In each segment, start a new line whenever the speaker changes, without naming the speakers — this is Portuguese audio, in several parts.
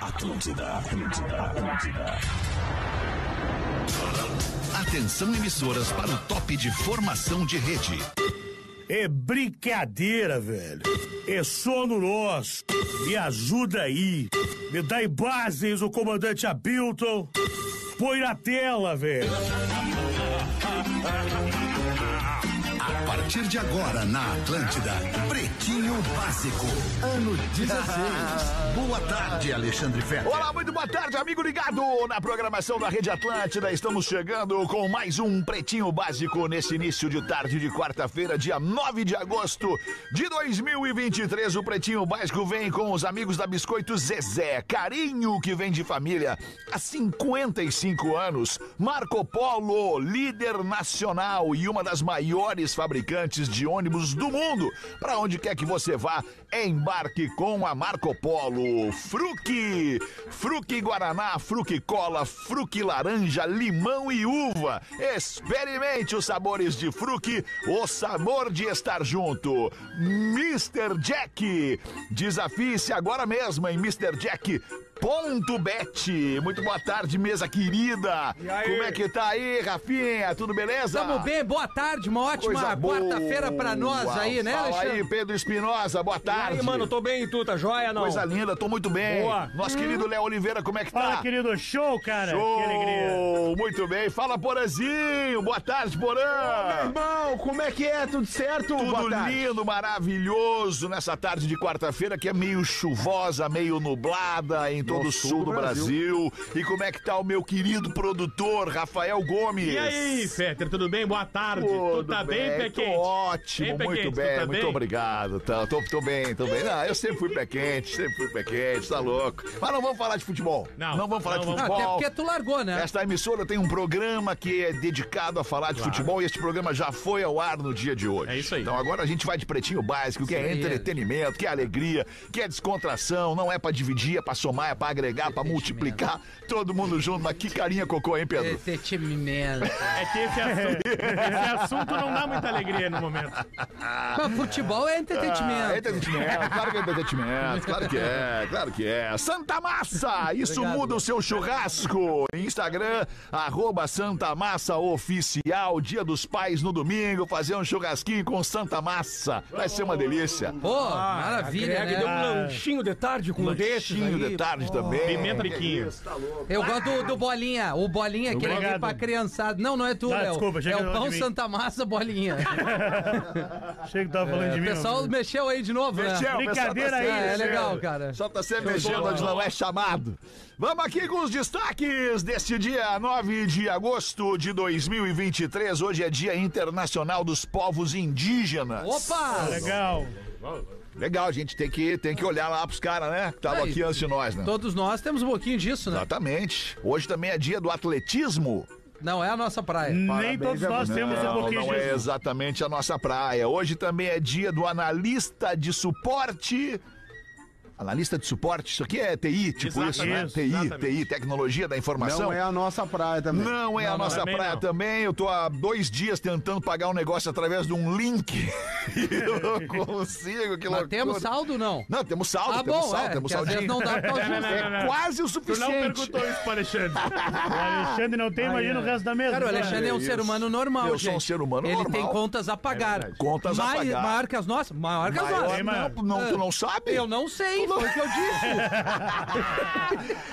Atlântida, Atlântida, Atlântida. Atenção emissoras para o top de formação de rede.
É brincadeira, velho. É sono nosso. Me ajuda aí. Me dá em bases o comandante Abilton. Põe na tela, velho.
A partir de agora na Atlântida, Pretinho Básico, ano 16. Boa tarde, Alexandre Ferro.
Olá, muito boa tarde, amigo ligado na programação da Rede Atlântida. Estamos chegando com mais um Pretinho Básico nesse início de tarde de quarta-feira, dia 9 de agosto de 2023. O Pretinho Básico vem com os amigos da Biscoito Zezé. Carinho que vem de família há 55 anos. Marco Polo, líder nacional e uma das maiores fabricantes de ônibus do mundo. Para onde quer que você vá, embarque com a Marco Polo. Fruque, Fruque Guaraná, Fruque Cola, Fruque Laranja, Limão e Uva. Experimente os sabores de Fruque, o sabor de estar junto. Mr. Jack, desafie-se agora mesmo em Mr. Jack. Ponto Bet. Muito boa tarde, mesa querida. Como é que tá aí, Rafinha? Tudo beleza?
Tamo bem, boa tarde, uma ótima
Coisa boa.
quarta-feira pra nós aí, né,
Fala
Alexandre?
aí, Pedro Espinosa, boa tarde.
tô bem e tu, tá joia, não?
Coisa linda, tô muito bem.
Boa.
Nosso querido Léo Oliveira, como é que tá?
Fala, querido. Show, cara.
Show!
Que alegria.
Muito bem, fala Porazinho, boa tarde Porã!
Irmão, como é que é? Tudo certo?
Tudo
Boa tarde.
lindo, maravilhoso nessa tarde de quarta-feira que é meio chuvosa, meio nublada em todo
No
o sul do Brasil. E como é que tá o meu querido produtor Rafael Gomes?
E aí, Fetter, tudo bem? Boa tarde.
Tudo
tu tá bem, pé
tô
quente?
ótimo,
Bem pé
muito
quente, tu
bem,
tá
muito
bem?
obrigado. Tá, tô, tô bem, tô bem. Não, eu sempre fui pé quente, sempre fui pé quente, tá louco. Mas não vamos falar de futebol.
Não,
não vamos falar
não
de
vamos.
futebol.
Até porque tu largou, né?
Esta emissora tem um programa que é dedicado a falar de futebol e este programa já foi ao ar no dia de hoje.
É isso aí.
Então agora a gente vai de pretinho básico, que
Isso
é
aí.
entretenimento, que é alegria, que é descontração, não é pra dividir, é pra somar, é pra agregar, pra multiplicar. Todo mundo junto, mas que carinha cocô, hein, Pedro?
Esse time mesmo.
É que esse assunto, esse assunto não dá muita alegria no momento.
Mas futebol é
Ah,
entretenimento.
entretenimento, claro que é entretenimento, claro que é, claro que é. Santa Massa, isso
Obrigado.
muda o seu churrasco. Instagram, arroba Santa Massa Oficial, dia dos pais no domingo, fazer um churrasquinho com Santa Massa. Vai ser uma delícia.
Pô, maravilha, né?
lanchinho de tarde com
Lanchinho de tarde também.
Pimenta biquinho.
Eu gosto do, do Bolinha. O Bolinha que ele
Obrigado.
vem pra criançada. Não, não é tu,
Ah,
Léo.
desculpa, achei
é
que
o
era
Pão
de mim.
Santa Massa Bolinha.
Achei que tava falando de
É, o
mim.
pessoal
não.
mexeu aí de novo, né?
Mexeu,
Brincadeira
Ah,
pessoal, tá
aí,
é
sempre-
legal, cara.
Só tá sempre mexendo onde não é chamado. Vamos aqui com os destaques deste dia 9 de agosto de 2023. Hoje é Dia Internacional dos Povos Indígenas.
Opa!
Legal.
Legal, a gente tem que, tem que olhar lá pros caras, né? Que estavam
Aí.
aqui antes de nós, né?
Todos nós temos um pouquinho disso, né?
Exatamente. Hoje também é dia do atletismo.
Não é a nossa praia.
Nem todos
a
nós
você.
temos um
Não,
pouquinho
não
disso.
é exatamente a nossa praia. Hoje também é dia do analista de suporte. Analista de suporte, isso aqui é TI, tipo isso, né?
Exatamente,
TI,
exatamente.
TI, tecnologia da informação.
Não é a nossa praia também.
Não é a
Não, não,
nossa
também
praia
não.
também. Eu tô há dois dias tentando pagar um negócio através de um link. e eu não consigo, que loucura.
Mas temos saldo, não?
Não, temos saldo,
ah,
temos
bom,
saldo,
é.
temos
que às vezes
saldinho.
não dá por causa
Não, não,
disso.
não, não,
É quase o
Tu não
suficiente.
perguntou isso pro Alexandre.
O Alexandre não tem, imagina o resto da mesa.
Cara, o Alexandre é um
Isso.
ser humano normal,
Eu
gente.
sou um ser humano
Ele
normal. É
tem contas a pagar.
Contas a
Mais-
pagar.
Maior que as nossas? Maior que as
Maior-
nossas.
Tem, mano.
Ah, não, não, tu não sabe?
Ah. Eu não sei, foi o que eu disse.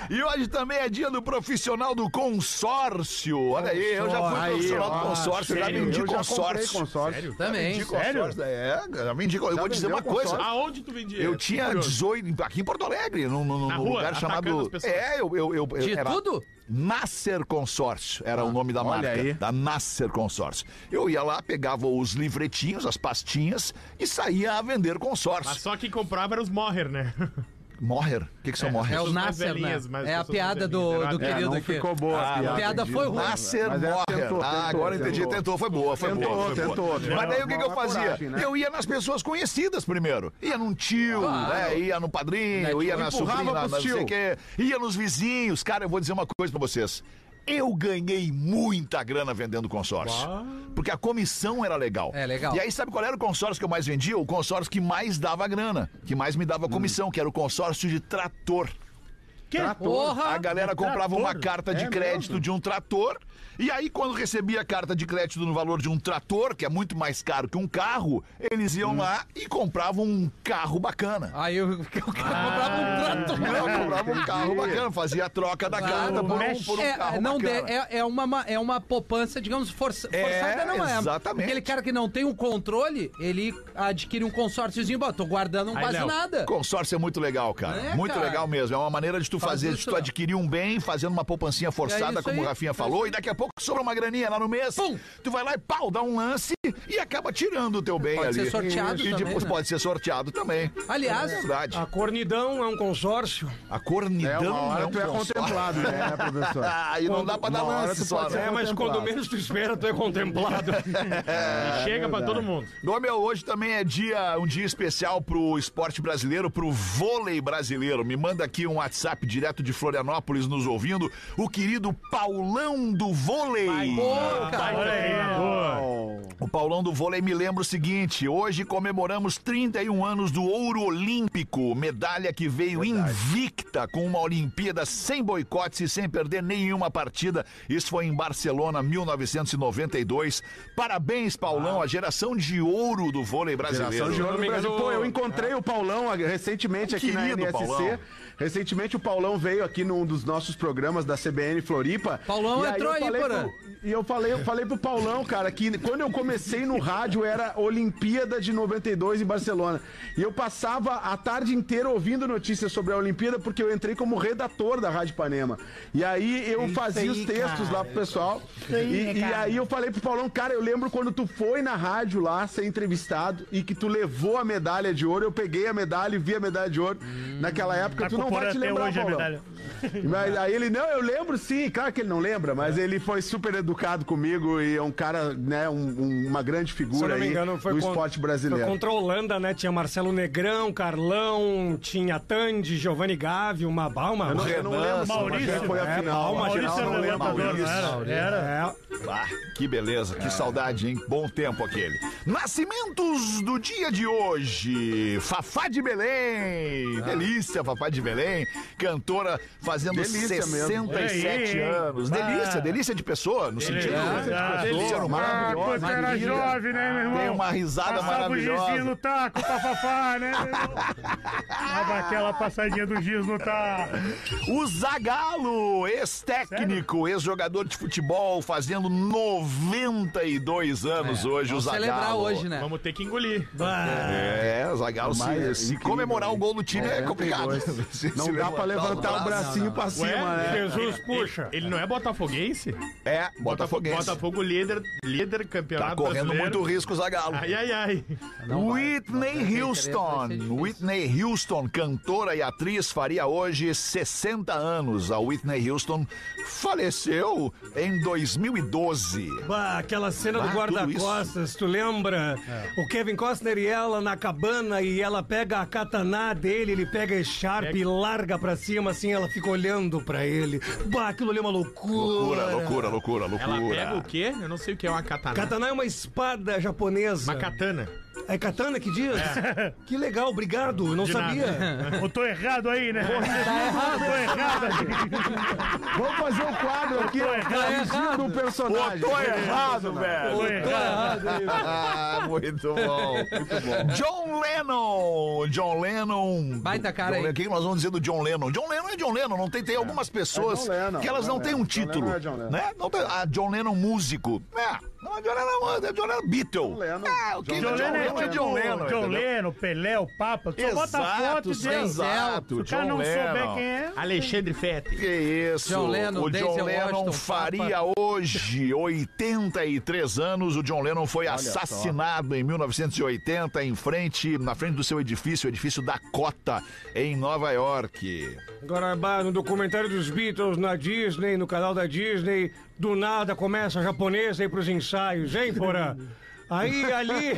E hoje também é dia do profissional do consórcio. Olha aí, eu já fui
Aí,
profissional do
ó,
consórcio, já
sério?
vendi
Eu já comprei
consórcio.
consórcio.
Também.
Sério?
Consórcio, É, já vendi. Eu vou dizer
vendeu
uma coisa.
consórcio?
Aonde tu vendia?
Eu tinha
Curioso.
18, aqui em Porto Alegre, num, num-
Na
num
rua,
lugar
atacando as
chamado.
pessoas.
É, eu. eu, eu eu-
De
era
tudo?
Nasser Consórcio era o nome da
Ah, olha
marca.
aí.
Da Nasser Consórcio. Eu ia lá, pegava os livretinhos, as pastinhas e saía a vender consórcio.
Mas só quem comprava era os Morrer, né?
Morrer? O que, que são Morrer?
É o
pessoas mais
Nasser, né?
velhinhas, mas
É a
pessoas
piada
mais
do,
velhinhas.
do
É,
querido
não
aqui.
ficou boa a
a
piada,
piada
entendi.
foi ruim.
Nasser
Mas ela
Morrer.
tentou,
ah,
tentou,
agora entendi,
tentou.
tentou, foi boa, foi
Tentou,
boa. foi boa.
tentou, tentou.
Mas daí o que, que eu
Uma
fazia?
coragem, né?
Eu ia nas pessoas conhecidas primeiro. Ia num tio, né, ia no padrinho,
Né,
ia
tipo,
na
empurrava
sobrinha, na
pros
não sei
tio.
o quê, ia nos vizinhos. Cara, eu vou dizer uma coisa pra vocês. Eu ganhei muita grana vendendo consórcio. Porque a comissão era legal.
É, legal.
E aí, sabe qual era o consórcio que eu mais vendia? O
Hum.
consórcio que mais dava grana, que mais me dava comissão, que era o consórcio de trator.
Que?
Porra!
A galera comprava uma
Ah, trator.
carta de
É
crédito
mesmo?
de um trator. E aí, quando recebia a carta de crédito no valor de um trator, que é muito mais caro que um carro, eles iam lá e compravam um carro bacana.
Aí eu, eu comprava um trator.
Ah, Não, compravam um carro bacana, fazia a troca da carta por um, por um carro
É, não de-
bacana.
é, é uma, ma- é uma poupança, digamos, força,
É,
forçada, não é?
exatamente.
Aquele cara que não tem um controle, ele adquire um consórciozinho, bota, tô guardando
Aí,
quase
Léo,
nada.
Consórcio é muito legal, cara.
É,
muito
cara.
legal mesmo. É uma maneira de tu
Faz
fazer, de
isso,
tu
ó.
adquirir um bem, fazendo uma poupancinha forçada,
isso
como o
aí.
Rafinha
É
falou, e daqui a pouco sobra uma graninha lá no mês.
Pum!
Tu vai lá e pau, dá um lance e acaba tirando o teu bem
Pode
ali.
ser sorteado
E
também,
depois
né?
pode ser sorteado também.
Aliás,
É verdade.
A cornidão é um consórcio.
A cornidão
É, uma
é
hora
um
tu é
consórcio.
contemplado, né, professor?
Ah, e não dá pra dar
Uma hora
lance
tu
só,
pode
né?
ser
É, mas
contemplado.
quando menos tu espera, tu é contemplado. E chega pra
verdade.
todo mundo.
Ô, meu, hoje também é dia, um dia especial pro esporte brasileiro, pro vôlei brasileiro. Me manda aqui um WhatsApp direto de Florianópolis nos ouvindo, o querido Paulão do vôlei.
pô, É cara.
Olha aí, boa.
O Paulão do vôlei me lembra o seguinte: hoje comemoramos 31 anos do ouro olímpico, medalha que veio invicta com uma Olimpíada sem boicotes e sem perder nenhuma partida. Isso foi em Barcelona, 1992. Parabéns, Paulão, a geração de ouro do vôlei brasileiro.
Ah. Geração de ouro do
Domingo
Brasil.
do-
Pô,
é.
eu encontrei o Paulão ah, recentemente aqui na
Querido
NSC.
Paulão.
Recentemente o Paulão veio aqui num dos nossos programas da CBN Floripa.
Paulão
E eu
entrou aí,
falei
Porã.
pro- E eu falei, eu falei pro Paulão, cara, que quando eu comecei no rádio era Olimpíada de 92 em Barcelona. E eu passava a tarde inteira ouvindo notícias sobre a Olimpíada porque eu entrei como redator da Rádio Panema. E aí eu fazia os textos lá pro pessoal. E- e aí né, eu falei pro Paulão, cara, eu lembro quando tu foi na rádio lá ser entrevistado e que tu levou a medalha de ouro, eu peguei a medalha e vi a medalha de ouro. Naquela época,
Tá
tu não
com
vai
até
te lembrar,
hoje a
Paulão.
medalha.
Mas aí ele, não, eu lembro sim, claro que ele não lembra, mas ele foi super educado comigo e é um cara, né, um- um- uma grande
Se eu
figura
não me
aí
engano, foi
do
con-
esporte
Foi
brasileiro.
contra a Holanda, né? Tinha Marcelo Negrão, Carlão, tinha Tandy, Giovanni Gávio, uma Balma.
Eu não, eu não lembro
Maurício.
quem foi a
É,
final.
Palma,
a
Maurício
final
era
eu
o
não lembro.
levantador, não era? Era.
É,
Ah, que beleza, que saudade, hein? Bom tempo aquele. Nascimentos do dia de hoje. Fafá de Belém. Delícia, Fafá de Belém. Cantora fazendo
Delícia mesmo.
67
Olha aí,
anos.
hein?
Delícia,
Ah.
delícia de pessoa, no sentido
Ah,
de pessoa,
Ah, quando
maravilhosa.
era jovem, né, meu irmão?
é Tem uma risada
Passava o gizinho
maravilhosa.
no taco pra fafá, né, meu irmão? Dava aquela passadinha do giz no taco.
O Zagalo, ex-técnico, ex-jogador de futebol, fazendo 92 anos hoje, o Zagalo.
celebrar hoje, né?
Vamos ter que engolir.
É, o Zagallo, se,
Mas,
se
incrível,
comemorar o gol do time é
92.
complicado. Se- se
Não dá pra levantar o bracinho pra
Ué,
cima, né?
Jesus,
é. ele-
puxa.
Ele, ele não é botafoguense?
É, Botafoguense.
Botafogo líder, líder
Tá
campeonato
correndo
brasileiro.
muito risco o Zagallo.
Ai, ai, ai.
é Whitney Houston.
vai ser difícil.
Whitney Houston, cantora e atriz, faria hoje 60 anos. A Whitney Houston faleceu em 2012.
Bah, aquela cena
Bah,
do guarda-costas, tu lembra? O Kevin Costner e ela na cabana e ela pega a katana dele, ele pega a Sharp e larga pra cima, assim, ela fica olhando pra ele. Bah, aquilo ali é uma
Loucura, loucura,
loucura.
loucura,
Ela
loucura.
pega o quê? Eu não sei o que é uma katana.
Katana é uma espada japonesa.
Uma katana.
É katana que diz? Que legal, obrigado, eu não
De
sabia.
nada. Eu tô errado aí, né? Tô errado aqui.
Vamos fazer um quadro aqui,
Botou
ó,
É,
traduzindo o personagem.
Botou errado, velho.
tá, Tô
Tô
errado.
errado, aí.
Ah, muito bom. John Lennon. John Lennon.
Baita cara,
John
hein?
Lennon. O que que nós vamos dizer do John Lennon? John Lennon é John Lennon. Não tem, tem algumas pessoas
É John Lennon,
que elas
John
não têm um
Lennon. John
título.
Lennon é John Lennon.
né? Não tem- ah, John Lennon músico. É, não é John Lennon, é John Lennon Beatle.
John Lennon.
É, o que
John
John, Lennon é
tipo
John Lennon.
John
entendeu?
Leno, Pelé, o Papa. Só bota a
Exato,
foto e
sim,
deu.
exato.
Se o cara
John
não souber
Lennon.
quem é. Alexandre Fete.
Que isso?
John Lennon,
o John
Denzel
Lennon
Washington,
faria hoje 83 anos. O John Lennon foi assassinado em 1980 em frente, na frente do seu edifício, o edifício Dakota, em Nova York.
Agora, bah, no documentário dos Beatles na Disney, no canal da Disney, do nada começa a japonesa aí pros ensaios, hein, Porã? Aí ali,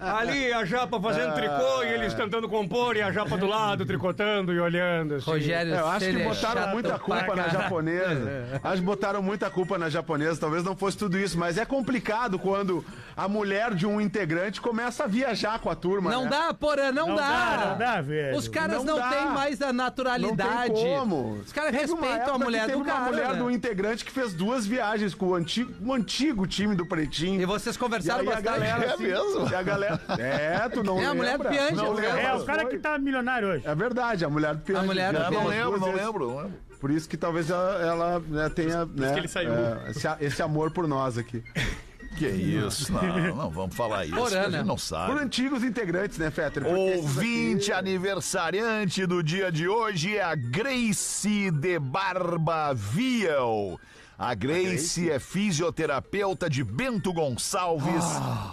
ali a japa fazendo tricô e
Ah.
eles tentando compor e a japa do lado tricotando e olhando. Assim.
Rogério,
É, eu acho
você
que
é
botaram
chato
muita
pra
culpa na
caralho.
japonesa. Acho que botaram muita culpa na japonesa. Talvez não fosse tudo isso, mas é complicado quando a mulher de um integrante começa a viajar com a turma.
Não
né?
dá, Porã, não,
Não
dá.
dá, não dá, velho.
Os caras
Não
não,
dá.
têm mais a naturalidade.
Não tem como.
Os caras
Teve uma
respeitam
época
a
que
mulher
teve
do
uma
cara.
mulher
né?
do integrante que fez duas viagens com o antigo, um antigo time do Pretinho.
E vocês
E
conversaram
aí a
bastante.
galera, assim,
É mesmo?
E a galera... É, tu não
É, a mulher
lembra?
do Piange,
Não
né?
lembra?
É, o cara que tá milionário hoje.
É verdade, a mulher do Piange.
mulher do
Já
Eu não
umas
Piange.
lembro,
duas
não
vezes.
lembro, não lembro.
Por isso que talvez ela, ela, né, tenha né,
que ele saiu.
é, esse, a- esse amor por nós aqui.
Que é isso? Não, não vamos falar isso.
Porã,
a gente
né?
não
Por
sabe.
antigos integrantes, né, Fetter? Porque esses
Ouvinte
aqui-
aniversariante do dia de hoje é a Grace de Barba Viel. A Grace é fisioterapeuta de Bento Gonçalves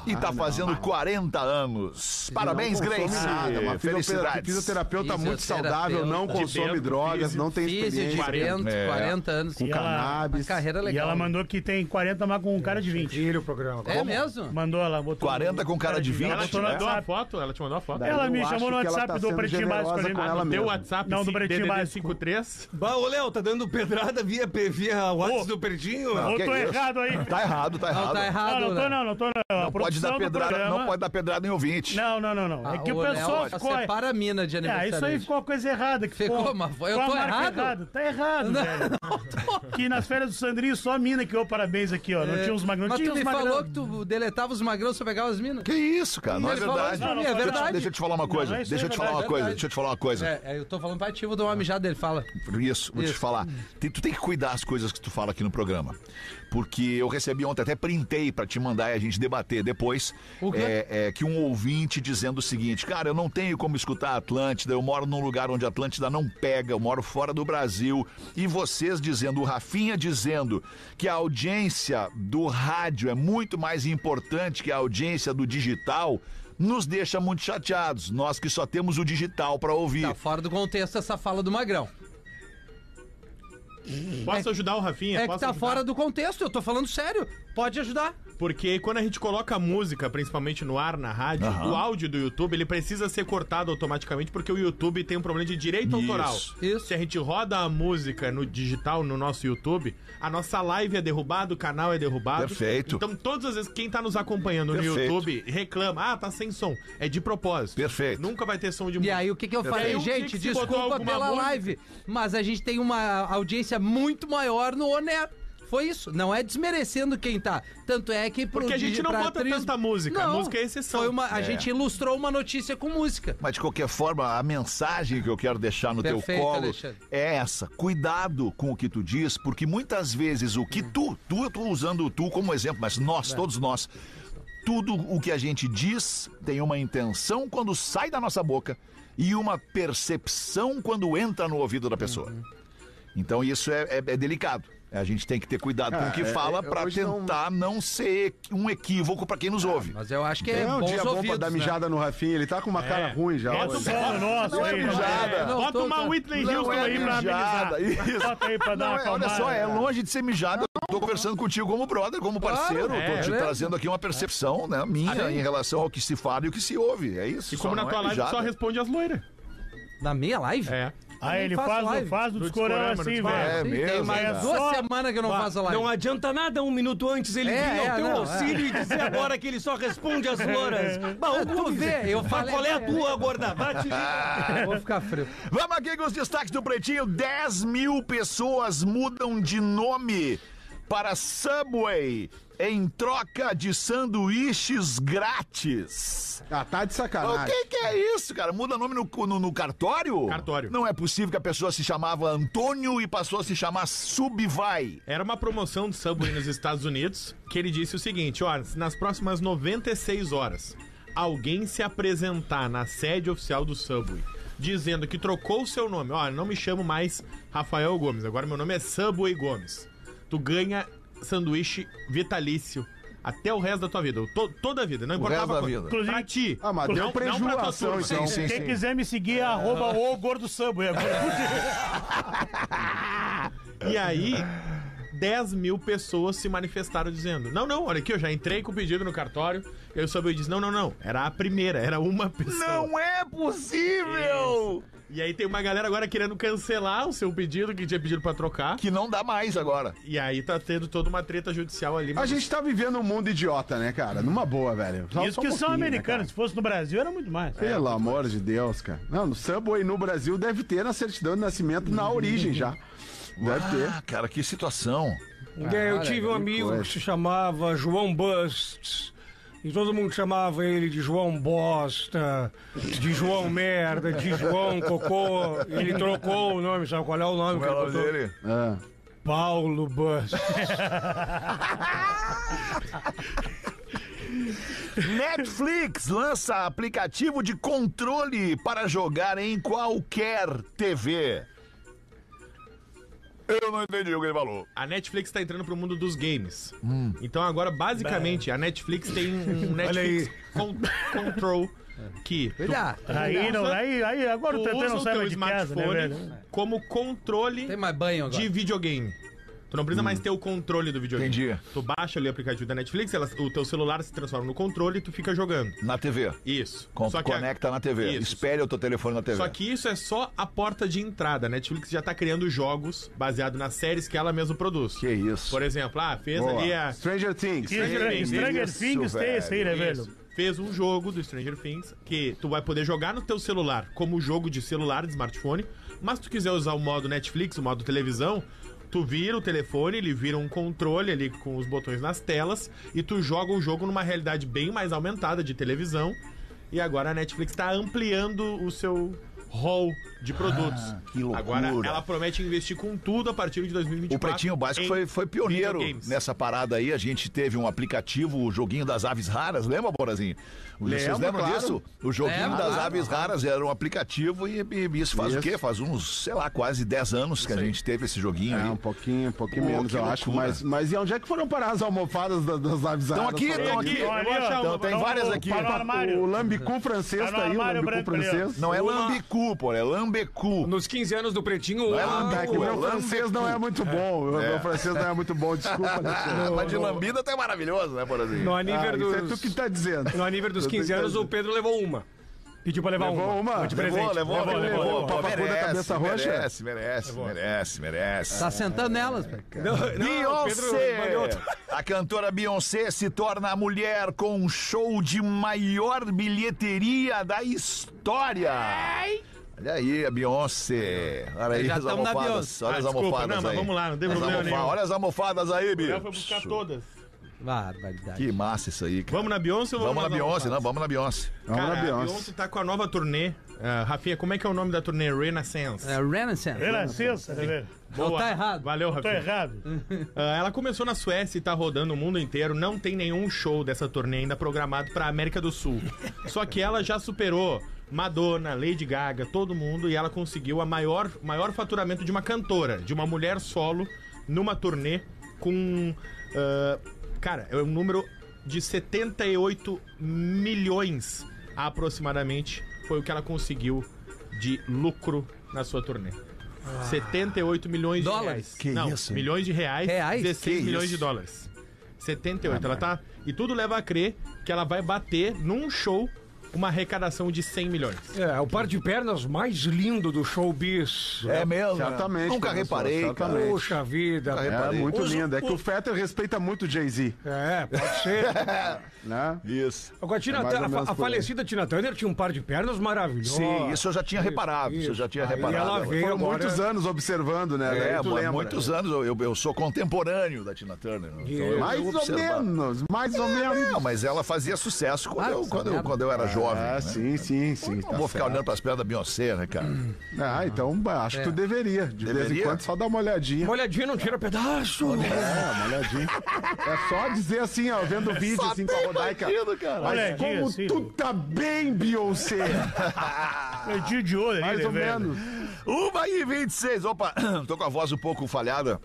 e tá fazendo 40 anos. Parabéns,
não consome
Grace.
nada, uma fisiotera-
Felicidades.
fisioterapeuta muito saudável, não
Fisioterapeuta.
consome
Físio,
drogas, não tem
Físio de
experiência.
40,
É.
40 anos.
Com
E ela-
cannabis.
Uma carreira
E
Tá legal.
ela mandou que tem 40, mas com um cara de 20.
Tira o programa.
É mesmo?
Mandou ela, botou.
40 com cara de É? 20,
Ela botou
te
no
mandou uma
WhatsApp.
foto? Ela te mandou uma foto?
Daí
Ela
eu
me
acho
chamou no
que ela
WhatsApp
tá
do
sendo
Pretinho Básico,
generosa
eu
com
lembro.
ela
Ah, no
Teu
mesmo.
WhatsApp,
Não, do
sim,
Pretinho
DDD
Básico.
53.
Bah, ô Léo, tá dando pedrada via, P- via WhatsApp
Ô.
do Perdinho?
Ah,
Ou
que
tô
isso?
errado aí.
Tá errado, tá errado.
Não, tá errado.
Não, não tô,
né?
não, não tô, não.
Pode
A produção
dar
do
pedrada,
programa-
não pode dar pedrada em ouvinte.
Não, não, não, não.
Ah,
é que o,
Léo
pessoal
só
ficou.
separa a mina de
É,
aniversário.
isso aí ficou uma coisa errada. Que
Ficou,
ficou,
mas eu
ficou a
tô
marca
errado?
errada. Tá errado, velho. Que nas férias do Sandrinho só mina que eu parabéns aqui, ó. Não tinha uns magrão.
É. Mas
tinha
tu
uns
me
magrão.
falou que tu deletava os magrão só pegava as minas.
Que isso, cara? Não é
Ele falou
verdade.
isso pra mim, é
Deixa eu te-
verdade.
Deixa eu te falar uma coisa.
Não, não, isso
deixa eu
é
te falar uma
verdade,
coisa.
verdade.
Deixa eu te falar uma coisa.
É, é, eu tô falando pra ti, vou dar uma mijada dele, fala.
Isso, vou te
Isso.
falar. Tem- tu tem que cuidar as coisas que tu fala aqui no programa. Porque eu recebi ontem, até printei pra te mandar e a gente debater depois.
O quê?
É, é, que um ouvinte dizendo o seguinte: Cara, eu não tenho como escutar a Atlântida, eu moro num lugar onde a Atlântida não pega, eu moro fora do Brasil. E vocês dizendo, o Rafinha dizendo que a audiência do rádio é muito mais importante que a audiência do digital. Nos deixa muito chateados, nós que só temos o digital pra ouvir.
Tá fora do contexto essa fala do magrão.
Posso ajudar o Rafinha?
É que
Posso
tá
ajudar?
fora do contexto, eu tô falando sério. Pode ajudar.
Porque quando a gente coloca música, principalmente no ar, na rádio, o áudio do YouTube, ele precisa ser cortado automaticamente porque o YouTube tem um problema de direito autoral.
Isso.
Se a gente roda a música no digital, no nosso YouTube, a nossa live é derrubada, o canal é derrubado.
Perfeito.
Então, todas as vezes, quem tá nos acompanhando no
Perfeito.
YouTube reclama, ah, tá sem som. É de propósito.
Perfeito.
Nunca vai ter som de
E
música.
aí o que que eu falei?
aí, o que
Gente,
um que se botou
desculpa
alguma
pela
música?
live, mas a gente tem uma audiência muito maior no Oner. Foi isso, não é desmerecendo quem tá. Tanto é que pro
Porque a gente
digi-
não
pra
bota tanta música, a música é exceção.
Foi uma, a gente ilustrou uma notícia com música.
Mas de qualquer forma, a mensagem que eu quero deixar no
Perfeito,
teu colo
Alexandre.
é essa. Cuidado com o que tu diz, porque muitas vezes o
Hum.
que tu, tu, eu tô usando o tu como exemplo, mas nós, todos nós, tudo o que a gente diz tem uma intenção quando sai da nossa boca e uma percepção quando entra no ouvido da pessoa.
Uhum.
Então isso é, é- é delicado. A gente tem que ter cuidado com o que
é,
fala
eu
pra
hoje não- Ah,
tentar não... ser um equívoco pra quem nos ouve.
Mas eu acho que é,
É um
bons
dia bom pra
ouvidos,
dar
né?
mijada no Rafinha, ele tá com uma cara ruim já
Bota um
hoje.
solo nosso
Não é
aí.
mijada.
né?
Não,
Bota
tô-
uma Whitney
não
Houston
é
aí pra
mijada,
amenizar.
isso.
Bota aí pra dar
Não,
uma
é, olha
acalmada.
só, é longe de ser mijado. Eu tô conversando contigo como brother, como parceiro.
é,
tô te
é.
trazendo aqui uma percepção né, minha em relação ao que se fala e o que se ouve. É isso.
E como
só
na
não
tua
é
live, tu
mijada.
só responde as loiras.
Na minha live?
É.
Aí ele
faço
faz,
live.
faz
Do
o descorão
Discorama,
assim,
do Discorama.
É
velho.
Sim, tem
mesmo,
mais
cara.
duas
Só-
semanas que eu não faço a live.
Não adianta nada, um minuto antes ele
É,
vir ao
é,
teu
não,
auxílio e dizer agora que ele só responde as louras. Bah, ô,
Tu vê, eu
Bah,
falei-
qual é a tua, gorda? Bate
Vou ficar frio.
Vamos aqui com os destaques do Pretinho. 10 mil pessoas mudam de nome para Subway em troca de sanduíches grátis.
Ah, tá de
O
sacanagem.
que, que é isso, cara? Muda nome no, no- no cartório?
Cartório.
Não é possível que a pessoa se chamava Antônio e passou a se chamar Subvai.
Era uma promoção do Subway nos Estados Unidos que ele disse o seguinte: ó, nas próximas 96 horas, alguém se apresentar na sede oficial do Subway dizendo que trocou o seu nome. Ó, eu não me chamo mais Rafael Gomes, agora meu nome é Subway Gomes. Tu ganha sanduíche vitalício até o resto da tua vida, ou to- toda a vida, não importava
resto da
quanto.
vida.
Pra ti.
Ah, mas deu
Não- não pra tua
prejuízo a ação,
turma.
então.
sim,
Quem quiser me seguir é arroba É o gordo samba.
E aí, 10 mil pessoas se manifestaram dizendo: Não, não, olha aqui, eu já entrei com o pedido no cartório. E aí o Subway disse: Não, não, não. Era a primeira, era uma pessoa.
Não é possível!
E aí tem uma galera agora querendo cancelar o seu pedido, que tinha pedido pra trocar.
Que não dá mais agora.
E aí tá tendo toda uma treta judicial ali.
A
mas-
gente tá vivendo um mundo idiota, né, cara? Numa boa, velho. Só-
Isso
só um
que são
pouquinho, né, É.
americanos. Se fosse no Brasil, era muito mais.
cara? Pelo amor de Deus, cara. Não, no Subway no Brasil deve ter na certidão de nascimento na origem já. Deve ter.
Ah, cara, que situação.
É, eu tive um
que
amigo
coisa.
que se chamava João Busts. E todo mundo chamava ele de João Bosta, de João Merda, de João Cocô. Ele trocou o nome, sabe qual é o nome
Como
que
é o
ele
nome
botou?
dele?
Ah.
Paulo Busts.
Netflix lança aplicativo de controle para jogar em qualquer TV. Eu não entendi o que ele falou.
A Netflix tá entrando pro mundo dos games. Então agora, basicamente, a Netflix tem um Netflix con- Control que tu,
Olha,
Aí, não, tá aí, aí, agora o
tu
Tetê
usa
não
o
sai
teu
mais um de casa, né,
smartphone
velho?
como controle
tem mais banho agora.
de videogame. Tu não precisa mais ter o controle do videogame.
Hum. Entendi.
Tu baixa ali o aplicativo da Netflix, ela- o teu celular se transforma no controle e tu fica jogando.
Na TV.
Isso.
Com-
Só que a-
conecta na TV.
Isso.
Espelha o teu telefone na TV.
Só que isso é só a porta de entrada. A Netflix já tá criando jogos baseado nas séries que ela mesma produz.
Que isso.
Por exemplo, ah, fez
Boa.
ali a.
Stranger Things.
Stranger, Stranger
isso,
Things tem esse aí, né,
Isso.
velho?
Fez um jogo do Stranger Things que tu vai poder jogar no teu celular como jogo de celular, de smartphone. Mas se tu quiser usar o modo Netflix, o modo televisão, tu vira o telefone, ele vira um controle ali com os botões nas telas e tu joga o jogo numa realidade bem mais aumentada de televisão. E agora a Netflix tá ampliando o seu hall de produtos.
Ah, que loucura.
Agora ela promete investir com tudo a partir de 2024.
O Pretinho Básico
em
foi, foi pioneiro
videogames.
nessa parada aí. A gente teve um aplicativo, o joguinho das aves raras, lembra, Borazinho? Vocês lembram
claro.
disso? O joguinho
Lembro,
das
claro.
aves raras era um aplicativo e, e isso faz o
Isso.
quê? Faz uns, sei lá, quase 10 anos que a gente teve esse joguinho
É,
aí.
um pouquinho, um pouquinho
Pô,
menos,
que
eu acho.
loucura.
Mas, mas e onde é que foram parar as almofadas das, das aves
Estão
raras?
aqui, estão aqui.
Ó, ali, ó.
um-
Então, tem
Tá no-
várias aqui.
Tá no
O
armário.
lambicu francês
Tá no
tá aí, o
armário
lambicu
branco ali, ó.
francês.
Não é lambicu, pô, é lambecu.
Nos 15 anos do Pretinho, um
Não é
o-
lá,
Ah, é que o meu
Lambicu.
francês não é muito bom. O meu francês não é muito bom, desculpa. Alexandre.
Mas de lambida tá maravilhoso, né, Borazinho?
no
Ah,
nível
isso é tu
dos...
que tá dizendo.
No nível dos
Eu tô
15 anos,
entendendo.
o Pedro levou uma. Pediu pra levar
Levou uma?
Foi de presente.
levou, levou,
levou,
levou,
levou.
pô,
Papacu da
merece,
cabeça roxa?
Merece, merece, merece, merece.
Tá sentando nelas, velho.
Não, não, o Pedro mandou
Beyoncé!
outra.
A cantora Beyoncé se torna a mulher com um show de maior bilheteria da história. Olha aí, a Beyoncé. Olha aí
Já
as
tamo na
almofadas.
Beyoncé.
Olha
Ah,
as
desculpa,
almofadas
não, mas
aí.
vamos lá, não tem
As
problema
almofa-
nenhum.
Olha as almofadas aí,
Ela foi buscar
bicho.
todas.
Barbaridade.
Que massa isso aí, cara.
Vamos na Beyoncé ou
Vamos, na
nas
Beyoncé,
almofadas?
não, vamos na Beyoncé.
Vamos
Cara,
na
a
Beyoncé.
Beyoncé tá com a nova turnê. Ah, Rafinha, como é que é o nome da turnê? Renaissance.
É, Renaissance.
Renascença, né, velho?
Não tá errado.
Valeu,
Tô
Hum.
Rafinha.
errado.
Ah, ela começou na Suécia e tá rodando o mundo inteiro. Não tem nenhum show dessa turnê ainda programado pra América do Sul. Só que ela já superou Madonna, Lady Gaga, todo mundo. E ela conseguiu o maior, maior faturamento de uma cantora, de uma mulher solo, numa turnê com... ah, cara, é um número de 78 milhões, aproximadamente, foi o que ela conseguiu de lucro na sua turnê. 78 milhões de
Dólares?
reais.
Que
Não,
isso?
milhões de reais,
Reais?
16
Que
milhões
isso?
de dólares. 78, ela tá. E tudo leva a crer que ela vai bater num show uma arrecadação de 100 milhões.
É, o par de pernas mais lindo do showbiz.
É mesmo? né?
Certamente,
Nunca
professor,
reparei, cara.
certamente.
Poxa vida.
Nunca
É
reparei.
muito
Os-
lindo. É que o Fetter respeita muito o Jay-Z,
É, pode ser.
né?
Isso.
Agora, a, Tina
É mais ou
Turner-
menos
a, a
por aí.
falecida Tina Turner tinha um par de pernas maravilhoso.
Sim, isso eu já tinha reparado. Isso eu já tinha
Aí
reparado.
ela
Ela-
veio
Foram
agora-
muitos anos observando, né?
É,
Daí tu
há
lembra.
muitos anos eu, eu- eu sou contemporâneo da Tina Turner. então eu
Mais ou
observava.
menos, mais ou menos.
Não, mas ela fazia sucesso quando,
Ah,
eu,
essa
quando, eu,
merda.
quando eu era jovem.
Ah,
né?
sim, sim, sim. tá
Não vou ficar olhando pras pernas da Beyoncé, né, cara?
Ah, então bah, acho que tu deveria. De vez em
É. Deveria?
quando só dá uma olhadinha.
Uma olhadinha não tira pedaço.
É, uma olhadinha. É só dizer assim, ó, vendo
É
o vídeo assim com a Rodaica.
cara.
Mas
Olhadinha,
como
assim,
tu
né?
tá bem, Beyoncé!
Perdi de olho aí,
Mais
né,
ou
velho?
menos.
Uma e 26. Opa, tô com a voz um pouco falhada.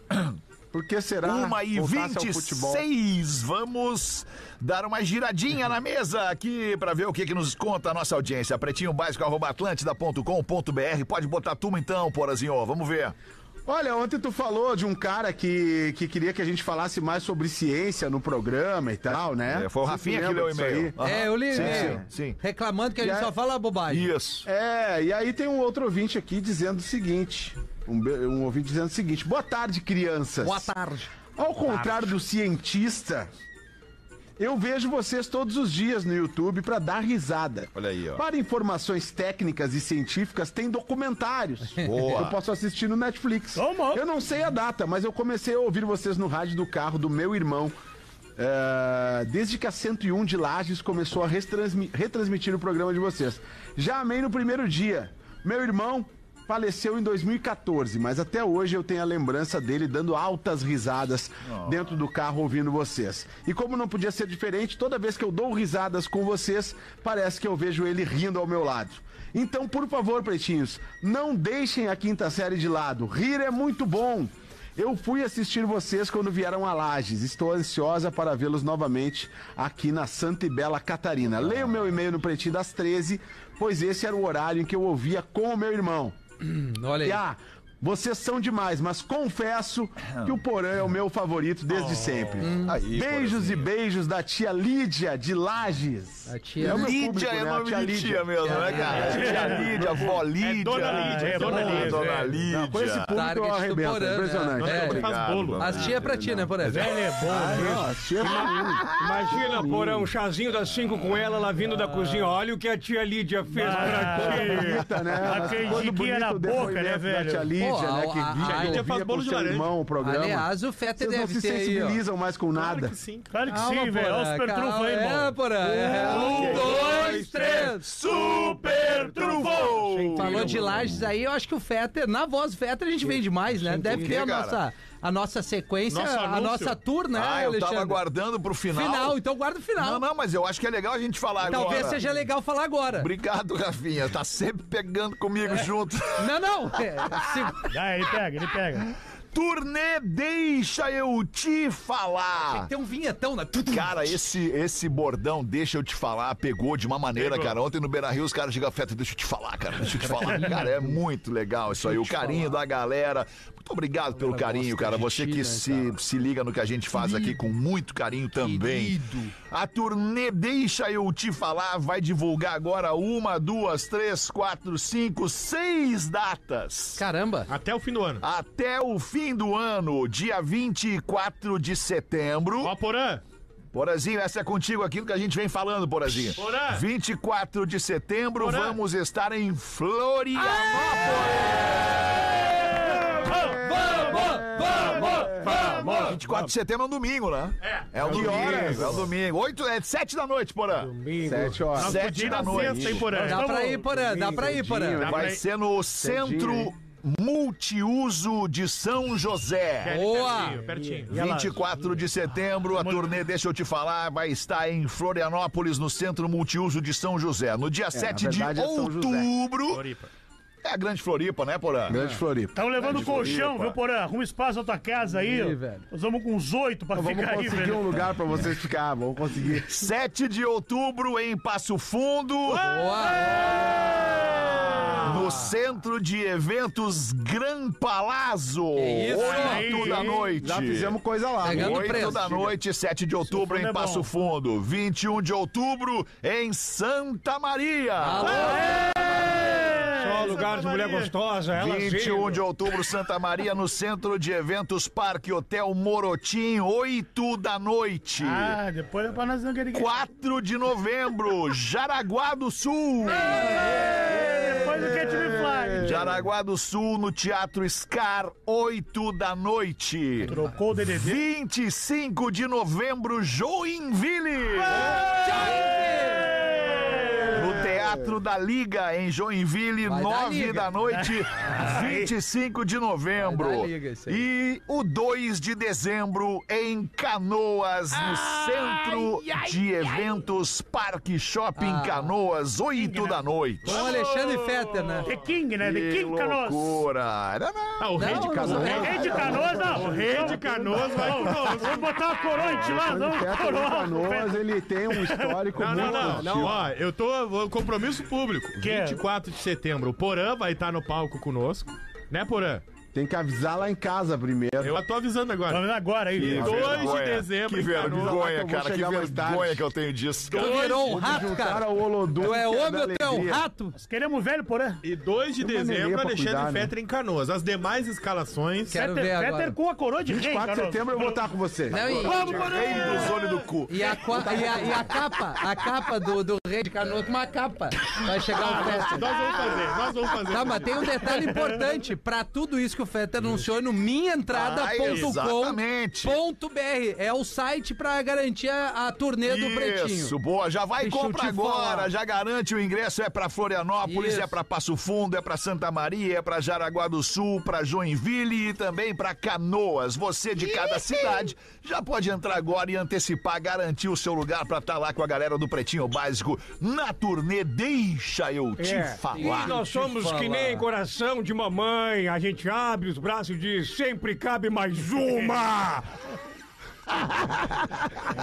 Por que será?
Uma e
voltasse ao futebol?
26. Vamos dar uma giradinha na mesa aqui pra ver o que, que nos conta a nossa audiência. Pretinho básico, arroba atlântida.com.br. Pode botar turma então, Porazinho. Vamos ver.
Olha, ontem tu falou de um cara que, que queria que a gente falasse mais sobre ciência no programa e tal, né?
É, foi o
Você
Rafinha
se
que
lembra
leu o
disso
e-mail.
aí?
Aham.
É, eu li
Sim,
é,
sim, sim.
Reclamando que a
E
gente
é-
só fala bobagem.
Isso.
É, e aí tem um outro ouvinte aqui dizendo o seguinte. Um, be- um ouvinte dizendo o seguinte. Boa tarde, crianças.
Boa tarde.
Ao contrário do cientista, eu vejo vocês todos os dias no YouTube pra dar risada.
Olha aí, ó.
Para informações técnicas e científicas, tem documentários.
Boa.
Eu posso assistir no Netflix.
Toma.
Eu não sei a data, mas eu comecei a ouvir vocês no rádio do carro do meu irmão. eh, desde que a 101 de Lages começou a retransmi- retransmitir o programa de vocês. Já amei no primeiro dia. Meu irmão faleceu em 2014, mas até hoje eu tenho a lembrança dele dando altas risadas dentro do carro ouvindo vocês. E como não podia ser diferente, toda vez que eu dou risadas com vocês, parece que eu vejo ele rindo ao meu lado. Então, por favor, pretinhos, não deixem a quinta série de lado. Rir é muito bom. Eu fui assistir vocês quando vieram a Lages. Estou ansiosa para vê-los novamente aqui na Santa e Bela Catarina. Leia o meu e-mail no Pretinho das 13, pois esse era o horário em que eu ouvia com o meu irmão.
Olha aí.
E ah, vocês são demais, mas confesso que o Porã é o meu favorito desde sempre.
Oh. Hum. Aí,
Beijos e beijos da tia Lídia de Lages.
A tia-
o meu
Lídia
público,
é
né? A
nome
tia
de tia mesmo, né, cara? Tia Lídia, vó Lídia.
Dona Lídia, é
Dona
Dona
Lídia.
Lídia,
Dona
é.
Lídia.
Não, com esse público
Target
eu
do
arrebento,
Porã, né?
impressionante.
É.
Faz bolo.
As tia é pra ti, né, por exemplo?
Ela é boa.
Não, achei maluco.
Imagina, porão, um chazinho das cinco com ela, ela vindo da cozinha. Olha o que a tia Lídia fez
Ah,
pra ti.
Ah, Bonita, né?
A
Mas quando
canjiquinha
bonito
na
o
boca, né,
depoimento Da tia Lídia,
velho?
Pô,
né?
a-
Que
a-
via,
a-
Lídia
que ouvia
faz bolo
com
de
seu
laranja.
irmão o programa.
Aliás, o Feta
Vocês não
deve
se
ter aí, ó.
sensibilizam mais com nada.
Claro que sim.
Claro que
Calma,
sim, velho. Olha os
Porã,
supertrufos aí,
calma. É,
irmão.
Porã. é. Um, dois, três.
Super trufou!
Falou de lajes aí, eu acho que o Fetter, na voz do Fetter, a gente vende mais, né? Deve
que,
ter a
cara?
nossa, a nossa sequência,
Nosso
a
anúncio.
nossa tour, né,
Ah, eu tava
Alexandre?
aguardando pro final.
Final, então guarda o final.
Não, não, mas eu acho que é legal a gente falar
Talvez
agora.
seja legal falar agora.
Obrigado, Rafinha. Tá sempre pegando comigo
É.
junto.
Não, não. é, se-
Ah, ele pega, ele pega.
Turnê, deixa eu te falar.
Tem um vinhetão na.
Cara, esse, esse bordão, deixa eu te falar, pegou de uma maneira,
Pegou.
cara. Ontem no Beira Rio, os caras chegam feta, deixa eu te falar, cara, deixa eu te falar. Cara, é muito legal isso aí, o carinho da galera. Muito obrigado pelo carinho, né, cara. Você que se, se liga no que a gente faz aqui com muito carinho também. A turnê, deixa eu te falar, vai divulgar agora uma, duas, três, quatro, cinco, seis datas.
Caramba.
Até o fim do ano.
Até o fim do ano, dia 24 de setembro.
Ó, Porã.
Porazinho, essa é contigo aquilo que a gente vem falando, Porazinho.
Porã!
24 de setembro,
Porã!
vamos estar em Florianópolis.
Vamos, vamos, vamos.
24 de setembro é um domingo, né? É. É um domingo.
horas?
É um domingo. 8, é 7 da noite, Porã.
Sete horas.
Sete
Podia ir
da
na
noite.
sexta, hein, Porã?
Dá pra ir, Porã, dá pra ir, Porã.
Cedinho,
Vai
pra ir.
ser no Centro
hein?
Multiuso de São José.
Boa.
Pertinho.
24 de setembro, a turnê, deixa eu te falar, vai estar em Florianópolis, no Centro Multiuso de São José. No dia 7 de
verdade é São José.
outubro.
Floripa.
É a Grande Floripa, né, Porã?
Grande Floripa.
Tão levando
Tá de
colchão,
Floripa.
viu, Porã? Arruma espaço na tua casa aí.
Ih, velho.
Nós vamos com uns oito pra
Vamos
ficar aí,
conseguir
velho.
um lugar pra vocês ficar, vamos conseguir.
7 de outubro em Passo Fundo,
Boa.
no Centro de Eventos Gran Palazzo.
Que isso,
Oito
hein?
da noite.
Já fizemos coisa lá.
Pegando
Oi?
Oito preço.
da noite, 7 de outubro
fundo
em
é
Passo
bom.
Fundo. 21 de outubro em Santa Maria.
Só lugar de mulher
Maria.
gostosa, ela
21 de outubro, Santa Maria, no Centro de Eventos Parque Hotel Morotim, 8 da noite.
Ah, depois é pra nós não querer que...
4 de novembro, Jaraguá do Sul.
Depois do Cat Me Fly.
Jaraguá do Sul, no Teatro Scar, 8 da noite.
Trocou o DDD.
25 de novembro, Joinville! No Teatro da Liga, em Joinville,
Vai dar
9
liga.
da noite, 25 de novembro.
Vai dar liga isso aí.
E o 2 de dezembro, em Canoas, no Centro de Eventos Parque Shopping
Ah.
Canoas, 8 da noite.
Com o Alexandre Fetter, né?
The King, né? The
Que
King Canoas.
loucura! Não, não.
Ah, o rei de
Não,
Canoas.
não.
O rei de Canoas, não. O rei de Canoas vai conosco. Vamos botar uma coroa em lá,
Quando
não.
o Teto
Coroa.
Canoas, ele tem um histórico
Não, não,
muito
não, não.
positivo.
Ó, eu tô. vou- Compromisso público.
Que é?
tá 24 de setembro. O Porã vai estar no palco conosco. Né, Porã?
Tem que avisar lá em casa primeiro.
Eu tô avisando agora.
Vamos agora aí.
Que
2 de
vergonha,
dezembro,
Que
encarou.
Eu
vergonha,
vou
cara. Que
chegar mais
vergonha
tarde.
que eu tenho disso,
Tu
cara.
virou um rato, cara.
o Olodum.
Tu é
que
homem
da
ou tu é um
alegria.
rato?
Nós queremos velho, porém.
E 2 de
Tem uma
dezembro,
nenê pra
Alexandre
cuidar, né?
Fetter em Canoas. As demais escalações.
Quero ver agora.
Peter com a coroa de rei,
4 de
Carol.
setembro eu vou estar com você.
Não, e-
Vamos, porém!
Do olhos do cu.
E a, qua- e a- e a capa, a capa do, do rei de canoa com uma capa. Vai chegar o Fetter.
Ah, Nós vamos fazer, nós vamos fazer.
Tá, mas tem um detalhe importante. Pra tudo isso que o Fetter anunciou é no
Ah, exatamente.
minhaentrada.com.br. É o site pra garantir a, a turnê do
Isso,
Pretinho.
boa. Já vai e
Deixa eu
compra
te falar.
agora. Já garante o ingresso. É pra Florianópolis,
Isso.
é pra Passo Fundo, é pra Santa Maria, é pra Jaraguá do Sul, pra Joinville e também pra Canoas. Você de cada cidade já pode entrar agora e antecipar, garantir o seu lugar pra estar lá com a galera do Pretinho Básico na turnê. Deixa eu te
É.
falar.
E nós somos que nem coração de mamãe. A gente abre os braços e diz: sempre cabe mais
Tá,
uma!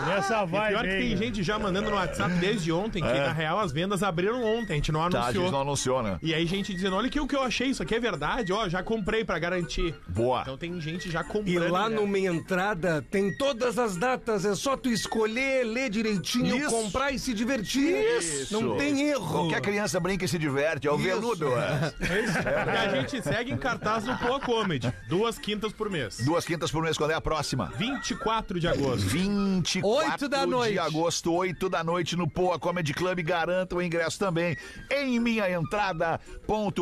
Nessa
E
vai,
é
Pior que tem
velho.
gente já mandando no WhatsApp desde ontem, que na real as vendas abriram ontem, a gente não
Tá, a
anunciou.
gente não anunciona.
E aí gente dizendo, olha aqui o que eu achei, isso aqui é verdade, ó, já comprei pra garantir.
Boa.
Então tem gente já comprando.
E lá
né?
no Minha Entrada tem todas as datas, é só tu escolher, ler direitinho,
Isso.
comprar e se divertir.
Isso.
Não tem erro.
Qualquer criança brinca e se diverte. É o
Isso.
veludo. é.
E a gente segue em cartaz no Poa Comedy, duas quintas por mês.
Duas quintas por mês. Quando é a próxima?
24 de agosto.
24
Oito da noite.
de agosto, 8 da noite, no Poa Comedy Club. Garanta o ingresso também em minhaentrada.com.br.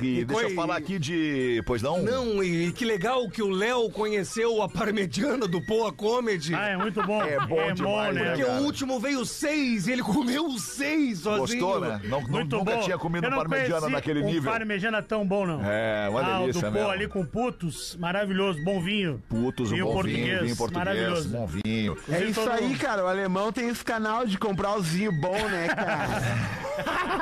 Deixa
coi-
eu falar aqui de. Pois não?
Não, e que legal que o Léo conheceu a parmegiana do Poa Comedy.
Ah, é muito bom.
É bom demais, né,
Porque
cara?
o último veio seis, ele comeu os seis sozinho.
Gostou, né? Não, nu-
Muito
nunca
bom.
tinha comido
Eu não
parmegiana
conheci
naquele
um
nível.
parmegiana tão bom, não.
É, uma
ah,
delícia
o do pô
mesmo.
ali com putos, maravilhoso, bom vinho.
Putos, um
vinho
bom
português,
vinho, vinho português, um
maravilhoso.
bom vinho.
É
Inclusive,
isso
todo
aí,
mundo-
cara. O alemão tem esse canal de comprar os vinhos bons, né, cara?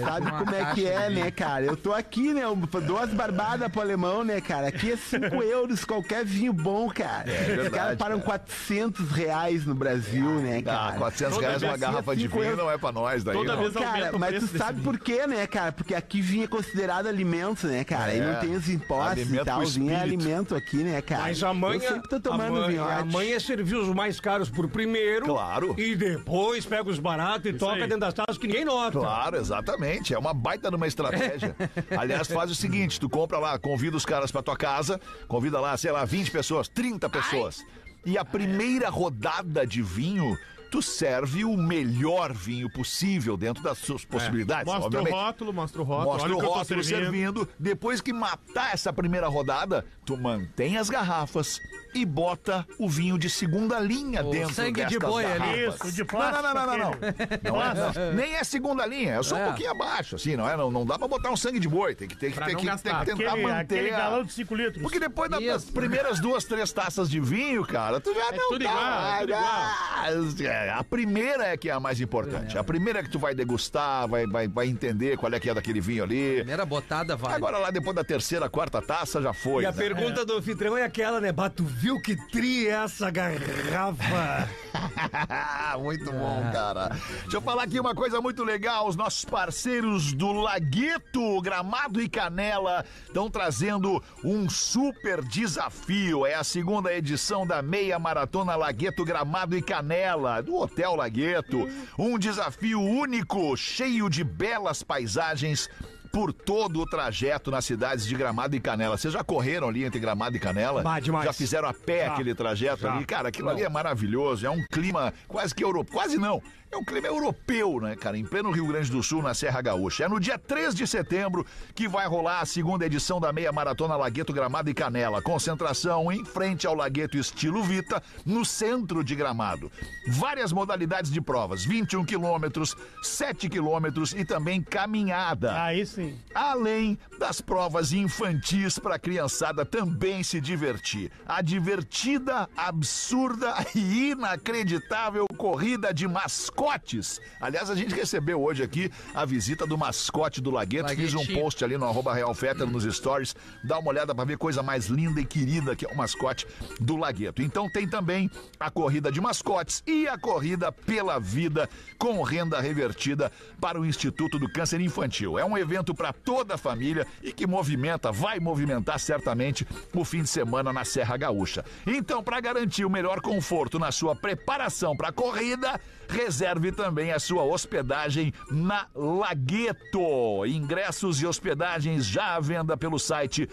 Sabe
uma
como é
caixa
que é,
de vinho.
né, cara? Eu tô aqui, né? Eu dou as barbadas pro alemão, né, cara? Aqui é 5 euros qualquer vinho bom, cara.
verdade,
Os caras param 400 reais no Brasil, né,
Ah,
cara?
400
Toda
reais uma
vez
garrafa de
cinco
vinho
euros.
não é pra nós daí.
Toda
não.
vez aumenta
Cara,
o
mas
preço
tu
desse
sabe
vinho.
por quê, né, cara? Porque aqui vinho é considerado alimento, né, cara? E
É.
não tem os impostos
Alimento
e tal.
pro
Vinho é
espírito.
alimento aqui, né, cara?
Mas a mãe,
Eu sempre tô tomando
a mãe,
vinhote.
a mãe é servir os mais caros por primeiro.
Claro.
E depois pega os baratos e toca
aí.
dentro das taças que ninguém nota.
Claro, exatamente. É uma baita numa estratégia. Aliás, faz o seguinte: tu compra lá, convida os caras pra tua casa, convida lá, sei lá, 20 pessoas, 30 pessoas. E a primeira rodada de vinho, tu serve o melhor vinho possível dentro das suas possibilidades.
É. Mostra
obviamente.
o rótulo, mostra o rótulo.
Mostra
olha
o
que eu tô
rótulo servindo. Depois que matar essa primeira rodada, tu mantém as garrafas e bota o vinho de segunda linha dentro
sangue de
destas
boi ali.
garrafas.
Isso, de
Não, não,
plástico.
não, não, não, não.
aquele.
Não é, não. Nem é segunda linha, é só
É.
um pouquinho abaixo, assim, não é? Não, não dá pra botar um sangue de boi, tem que, tem que,
Pra
tem
não
que,
gastar.
tem que tentar
Aquele,
manter.
aquele
a-
galão de 5 litros.
Porque depois da- das
Isso.
primeiras duas, três taças de vinho, cara, tu já
É
não
tudo
dá
igual, é tudo
mais. É, a primeira é que é a mais importante. A primeira é que tu vai degustar, vai, vai, vai entender qual é que é daquele vinho ali.
Primeira botada, vai.
Agora lá depois da terceira, quarta taça já foi.
E a
né?
pergunta do anfitrião é aquela, né? Bato, viu que tri é essa garrafa?
muito bom,
Ah.
cara. Deixa eu falar aqui uma coisa muito legal. Os nossos parceiros do Lagueto, Gramado e Canela, estão trazendo um super desafio. É a segunda edição da meia maratona Lagueto, Gramado e Canela, do Hotel Lagueto. Um desafio único, cheio de belas paisagens. Por todo o trajeto nas cidades de Gramado e Canela. Vocês já correram ali entre Gramado e Canela?
Bah, demais.
Já fizeram a pé
Já.
aquele trajeto ali? Cara, aquilo ali é maravilhoso, é um clima quase que europeu. Quase não. É um clima europeu, né, cara? Em pleno Rio Grande do Sul, na Serra Gaúcha. É no dia 3 de setembro que vai rolar a segunda edição da Meia Maratona Lagueto Gramado e Canela. Concentração em frente ao Lagueto Estilo Vita, no centro de Gramado. Várias modalidades de provas: 21 quilômetros, 7 quilômetros e também caminhada
Aí sim.
além das provas infantis para a criançada também se divertir. A divertida, absurda e inacreditável corrida de mascotes. Aliás, a gente recebeu hoje aqui a visita do mascote do Lagueto. Fiz um
Laguetinho.
post ali no arroba Real Fetter nos stories. Dá uma olhada para ver coisa mais linda e querida que é o mascote do Lagueto. Então tem também a corrida de mascotes e a corrida pela vida com renda revertida para o Instituto do Câncer Infantil. É um evento evento para toda a família e que movimenta, vai movimentar certamente o fim de semana na Serra Gaúcha. Então, para garantir o melhor conforto na sua preparação para a corrida, reserve também a sua hospedagem na Lagueto. Ingressos e hospedagens já à venda pelo site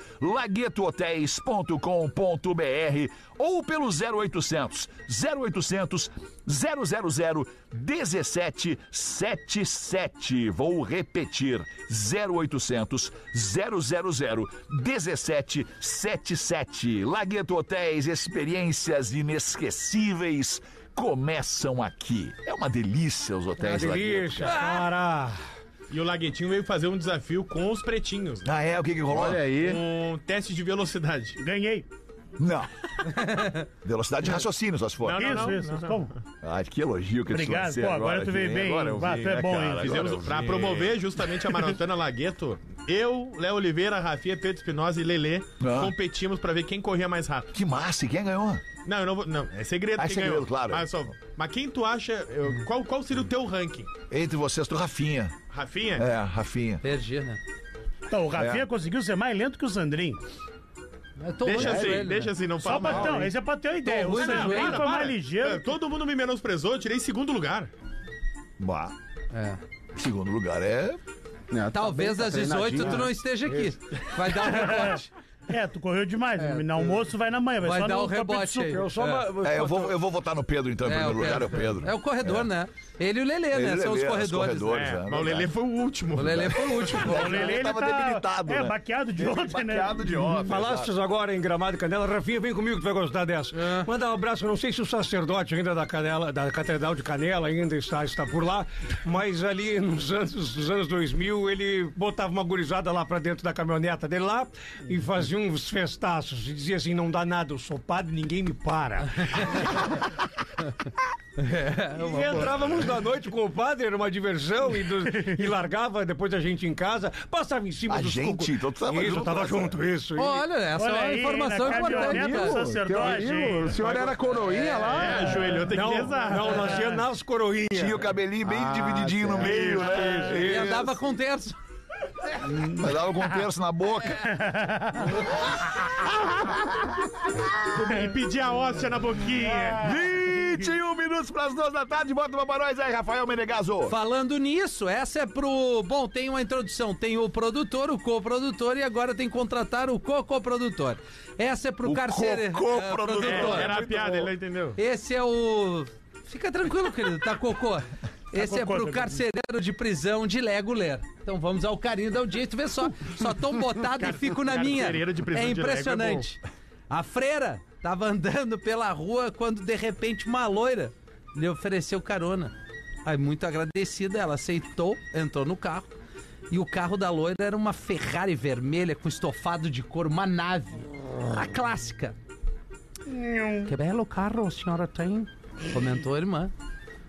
laguetohotéis.com.br ou pelo 0800 0800 000 1777. Vou repetir: 0800 000 1777. Lagueto Hotéis, experiências inesquecíveis começam aqui. É uma delícia os hotéis Lagueto.
Delícia, cara.
E o Laguetinho veio fazer um desafio com os pretinhos, né?
Ah, é? O que que rolou?
Olha aí.
Um teste de velocidade.
Ganhei.
Não. Velocidade de raciocínio, só se for.
Não,
Isso,
não,
isso.
não, não.
Como?
Ah, que elogio que eu te
Obrigado.
lancei
Pô, agora tu veio
aqui,
bem,
Agora eu
bah,
vim,
tu é
né,
bom, hein?
cara?
Fizemos
Agora eu
pra
vim.
promover justamente a maratona Lagueto. Eu, Léo Oliveira, Rafinha, Pedro Espinosa e Lelê
Ah.
competimos pra ver quem corria mais rápido.
Que massa, e quem ganhou?
Não, eu não vou. Não, é segredo
Ah, é
quem
segredo,
ganhou.
claro.
Mas, só- mas quem tu acha. eu- qual, qual seria o teu ranking?
Entre vocês, do Rafinha.
Rafinha?
É, Rafinha.
Perdi, né?
Então, o Rafinha
É.
conseguiu ser mais lento que o Sandrinho.
Eu tô
Deixa
longe
assim,
do ele, né?
deixa assim, não
Só
fala
pra,
mal.
então, esse é pra ter uma ideia. O
ruim do
Sandrinho
joelho,
foi
para.
mais
É,
ligeiro.
Todo mundo me menosprezou, eu tirei segundo lugar.
Bah.
É.
Segundo lugar é.
Né, tá
Talvez
bem, tá
às 18 tu
treinadinho.
não esteja aqui. Vai dar um rebote.
É, tu correu demais. no almoço vai na manhã, vai,
Vai
só
dar
no
o
copo de
rebote
suco.
aí.
Eu só.
É, eu vou, eu vou votar no Pedro, então, em primeiro lugar, é o Pedro.
É o corredor, né? Ele e o Lelê, né? São os
Lelê,
corredores.
É,
é
né?
mas o
verdade.
Lelê foi o último.
O Lelê foi o último.
O Lelê, ele
tava
tá,
debilitado,
É,
né?
baqueado de ontem, né?
Baqueado de ontem.
Falastes agora em Gramado e Canela. Rafinha, vem comigo que tu vai gostar dessa. Mandar um abraço. Eu não sei se o sacerdote ainda da Canela, da Catedral de Canela ainda está, está por lá, mas ali nos anos, nos anos 2000 ele botava uma gurizada lá pra dentro da caminhoneta dele lá e fazia uns festaços e dizia assim, não dá nada, eu sou padre, ninguém me para. E entrávamos na noite com o padre, era uma diversão, e, do- e largava depois a gente em casa, passava em cima
A
dos
gente?
coco-
Então tu tava
isso,
junto
eu tava
nessa.
junto, isso. e-
Olha, essa
Olha
é uma
aí, né?
informação
na
né?
importante. né?
caminhoneta,
cara.
o sacerdote.
Teu- O senhor era coroinha lá?
Tá É, ajoelhou, tem
Não,
que rezar.
não, nós tínhamos nas coroinhas.
Tinha
Ah,
o cabelinho bem divididinho no meio, né?
E andava com terço.
Mas dava com um terço na boca.
E pedi a hóstia na
É.
boquinha.
21 minutos pras duas da tarde, bota uma pra nós aí, Rafael Menegaso.
Falando nisso, essa é pro. Bom, tem uma introdução. Tem o produtor, o coprodutor e agora tem que contratar o co-coprodutor. Essa é pro
O
carcereiro.
co-coprodutor.
É, era a
Muito
piada,
bom.
ele não entendeu.
Esse é o. Fica tranquilo, querido, tá cocô. Esse é
cocô,
pro
tá
carcereiro de prisão de Lego ler. Então vamos ao carinho da audiência, vê só. Só tão botado e fico na minha.
carcereiro de prisão
é
de Lego é
impressionante. a freira tava andando pela rua quando de repente uma loira lhe ofereceu carona. Aí muito agradecida, ela aceitou, entrou no carro. E o carro da loira era uma Ferrari vermelha com estofado de couro, uma nave. A clássica. Que belo carro a senhora tem, comentou a irmã.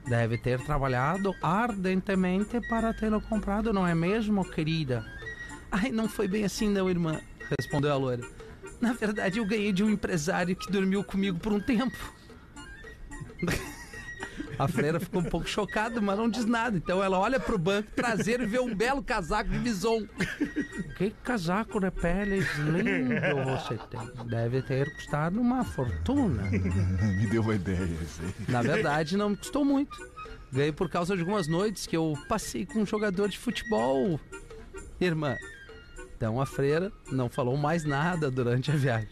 Deve ter trabalhado ardentemente para tê-lo comprado, não é mesmo, querida? Ai, não foi bem assim, não, irmã, respondeu a loira. Na verdade, eu ganhei de um empresário que dormiu comigo por um tempo. A freira ficou um pouco chocada, mas não diz nada. Então ela olha pro banco traseiro e vê um belo casaco de bison. Que casaco de peles lindo você tem. Deve ter custado uma fortuna.
Me deu uma ideia. isso aí.
Na verdade, não me custou muito. Ganhei por causa de algumas noites que eu passei com um jogador de futebol. Irmã. Então a freira não falou mais nada durante a viagem.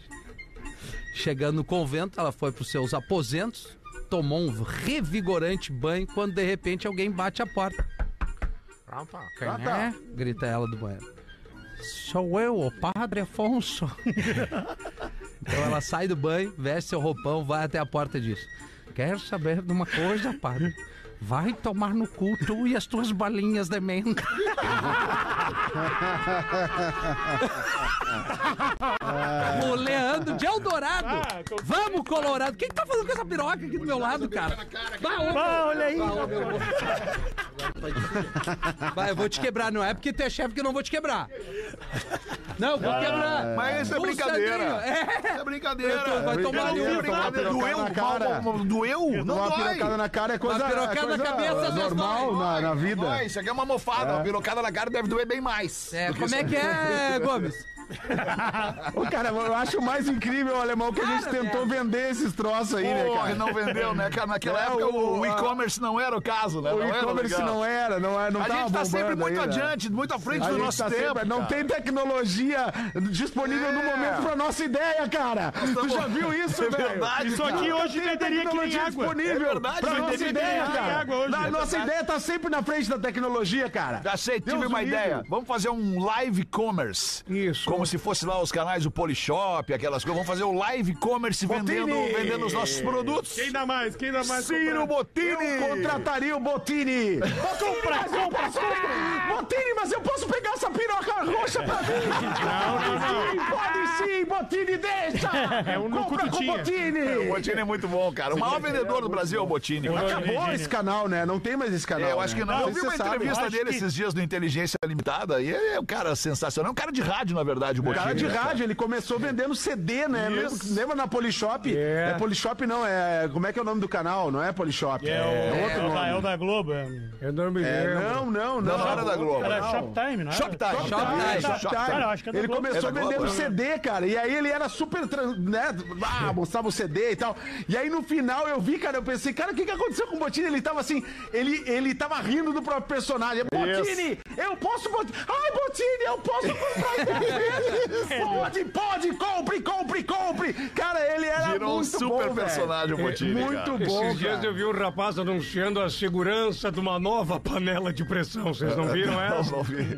Chegando no convento, ela foi para os seus aposentos, tomou um revigorante banho quando de repente alguém bate a porta. Quem é? Grita ela do banheiro. Sou eu, o padre Afonso. Então ela sai do banho, veste seu roupão, vai até a porta e diz: Quer saber de uma coisa, padre? Vai tomar no cu tu e as tuas balinhas de menta. o Leandro de Eldorado. Vamos, Colorado. Quem que tá fazendo com essa piroca aqui do meu lado, cara? Bah, ô,
Ah, olha aí.
Vai, eu vou te quebrar, não é porque tu é chefe que eu não vou te quebrar. Não, vou quebrar.
Mas isso é
Pô,
brincadeira.
Sandrinho,
Isso é brincadeira.
Eu tô-
É
vai tomar
brincadeira,
um
ali, vai tomar
brincadeira.
pirocada na cara.
Doeu? Mal- mal- Doeu? Não
Uma
dói.
pirocada na cara é coisa,
Uma pirocada
é coisa
na cabeça, às vezes
normal
dói.
na,
Não
na vida.
dói. Isso aqui é uma mofada. Uma pirocada na cara deve doer bem mais.
É, como é que é, Gomes?
Ô, cara, eu acho mais incrível, alemão, que a gente
Cara,
tentou vender esses troços aí, né,
é. Porra,
cara?
não vendeu, né, cara? Naquela
É,
época o,
o-
o e-commerce não era o caso, né?
O
Não era
e-commerce
legal.
não era, não era, não
A
tava
gente tá sempre
bombando
muito
ainda.
adiante, muito à frente
A
do
gente
nosso
tá
tempo.
sempre- não
cara.
tem tecnologia disponível no
É.
momento pra nossa ideia, cara. Tu já viu isso,
É
velho?
verdade,
Isso
cara.
aqui hoje venderia que nem
tecnologia
água.
disponível
É verdade,
pra nossa
venderia que
ideia,
nem
cara.
água hoje.
Na-
É
nossa
verdade.
ideia tá sempre na frente da tecnologia, cara.
Já sei, tive
Deus
uma
o livre.
ideia. Vamos fazer um live commerce.
Isso.
Como se fosse lá os canais do Polishop, aquelas coisas. Vamos fazer o live commerce vendendo,
Botini.
vendendo os nossos produtos.
Quem dá mais? Quem dá mais?
Ciro
Eu
Botini!
contrataria o Botini. Compra, compra, compra. Botini, mas eu posso pegar essa piroca roxa pra mim?
Não, não, não.
Sim, pode sim, Botini, deixa. É
um no
Compra com o
cututinha.
O
Botini.
Botini é muito bom, cara. O maior vendedor do Brasil é o Botini.
Acabou esse canal, né? Não tem mais esse canal.
É, eu acho
né?
que não. Eu
sei
vi
se
uma
você sabe.
entrevista
acho
dele
que-
esses dias no Inteligência Limitada e ele é um cara sensacional. É um cara de rádio, na verdade, o Botini.
Cara de
né,
rádio, ele começou vendendo CD, né? Lembra, lembra na Polishop? É Polishop não, é. Como é que é o nome do canal? Não é Polishop.
É o
outro nome.
É o da Globo. é.
Eu não me
É,
lembro.
não, não, não.
Não era da Globo.
Era
Não.
Shoptime, não era?
Shoptime.
Ah,
Shoptime.
Shoptime.
Cara, eu acho que é da
ele
Globo.
começou
É da Globo,
vendendo
né?
CD, cara. E aí ele era super. tran- Né, ah, mostrava o CD e tal. E aí no final eu vi, cara, eu pensei, cara, o que, que aconteceu com o Botini? Ele tava assim, ele, ele tava rindo do próprio personagem. Botini, eu posso. Bot... Ai, Botini, eu posso comprar esse CD. Pode, pode, compre, compre, compre. Cara, ele era
Virou um
tá muito
super
bom, velho.
personagem o Botini.
Muito
cara.
bom,
Esses dias
cara.
eu vi um rapaz anunciando a segurança de uma nova panela de pressão. Vocês não viram essa?
É. Não, não vi.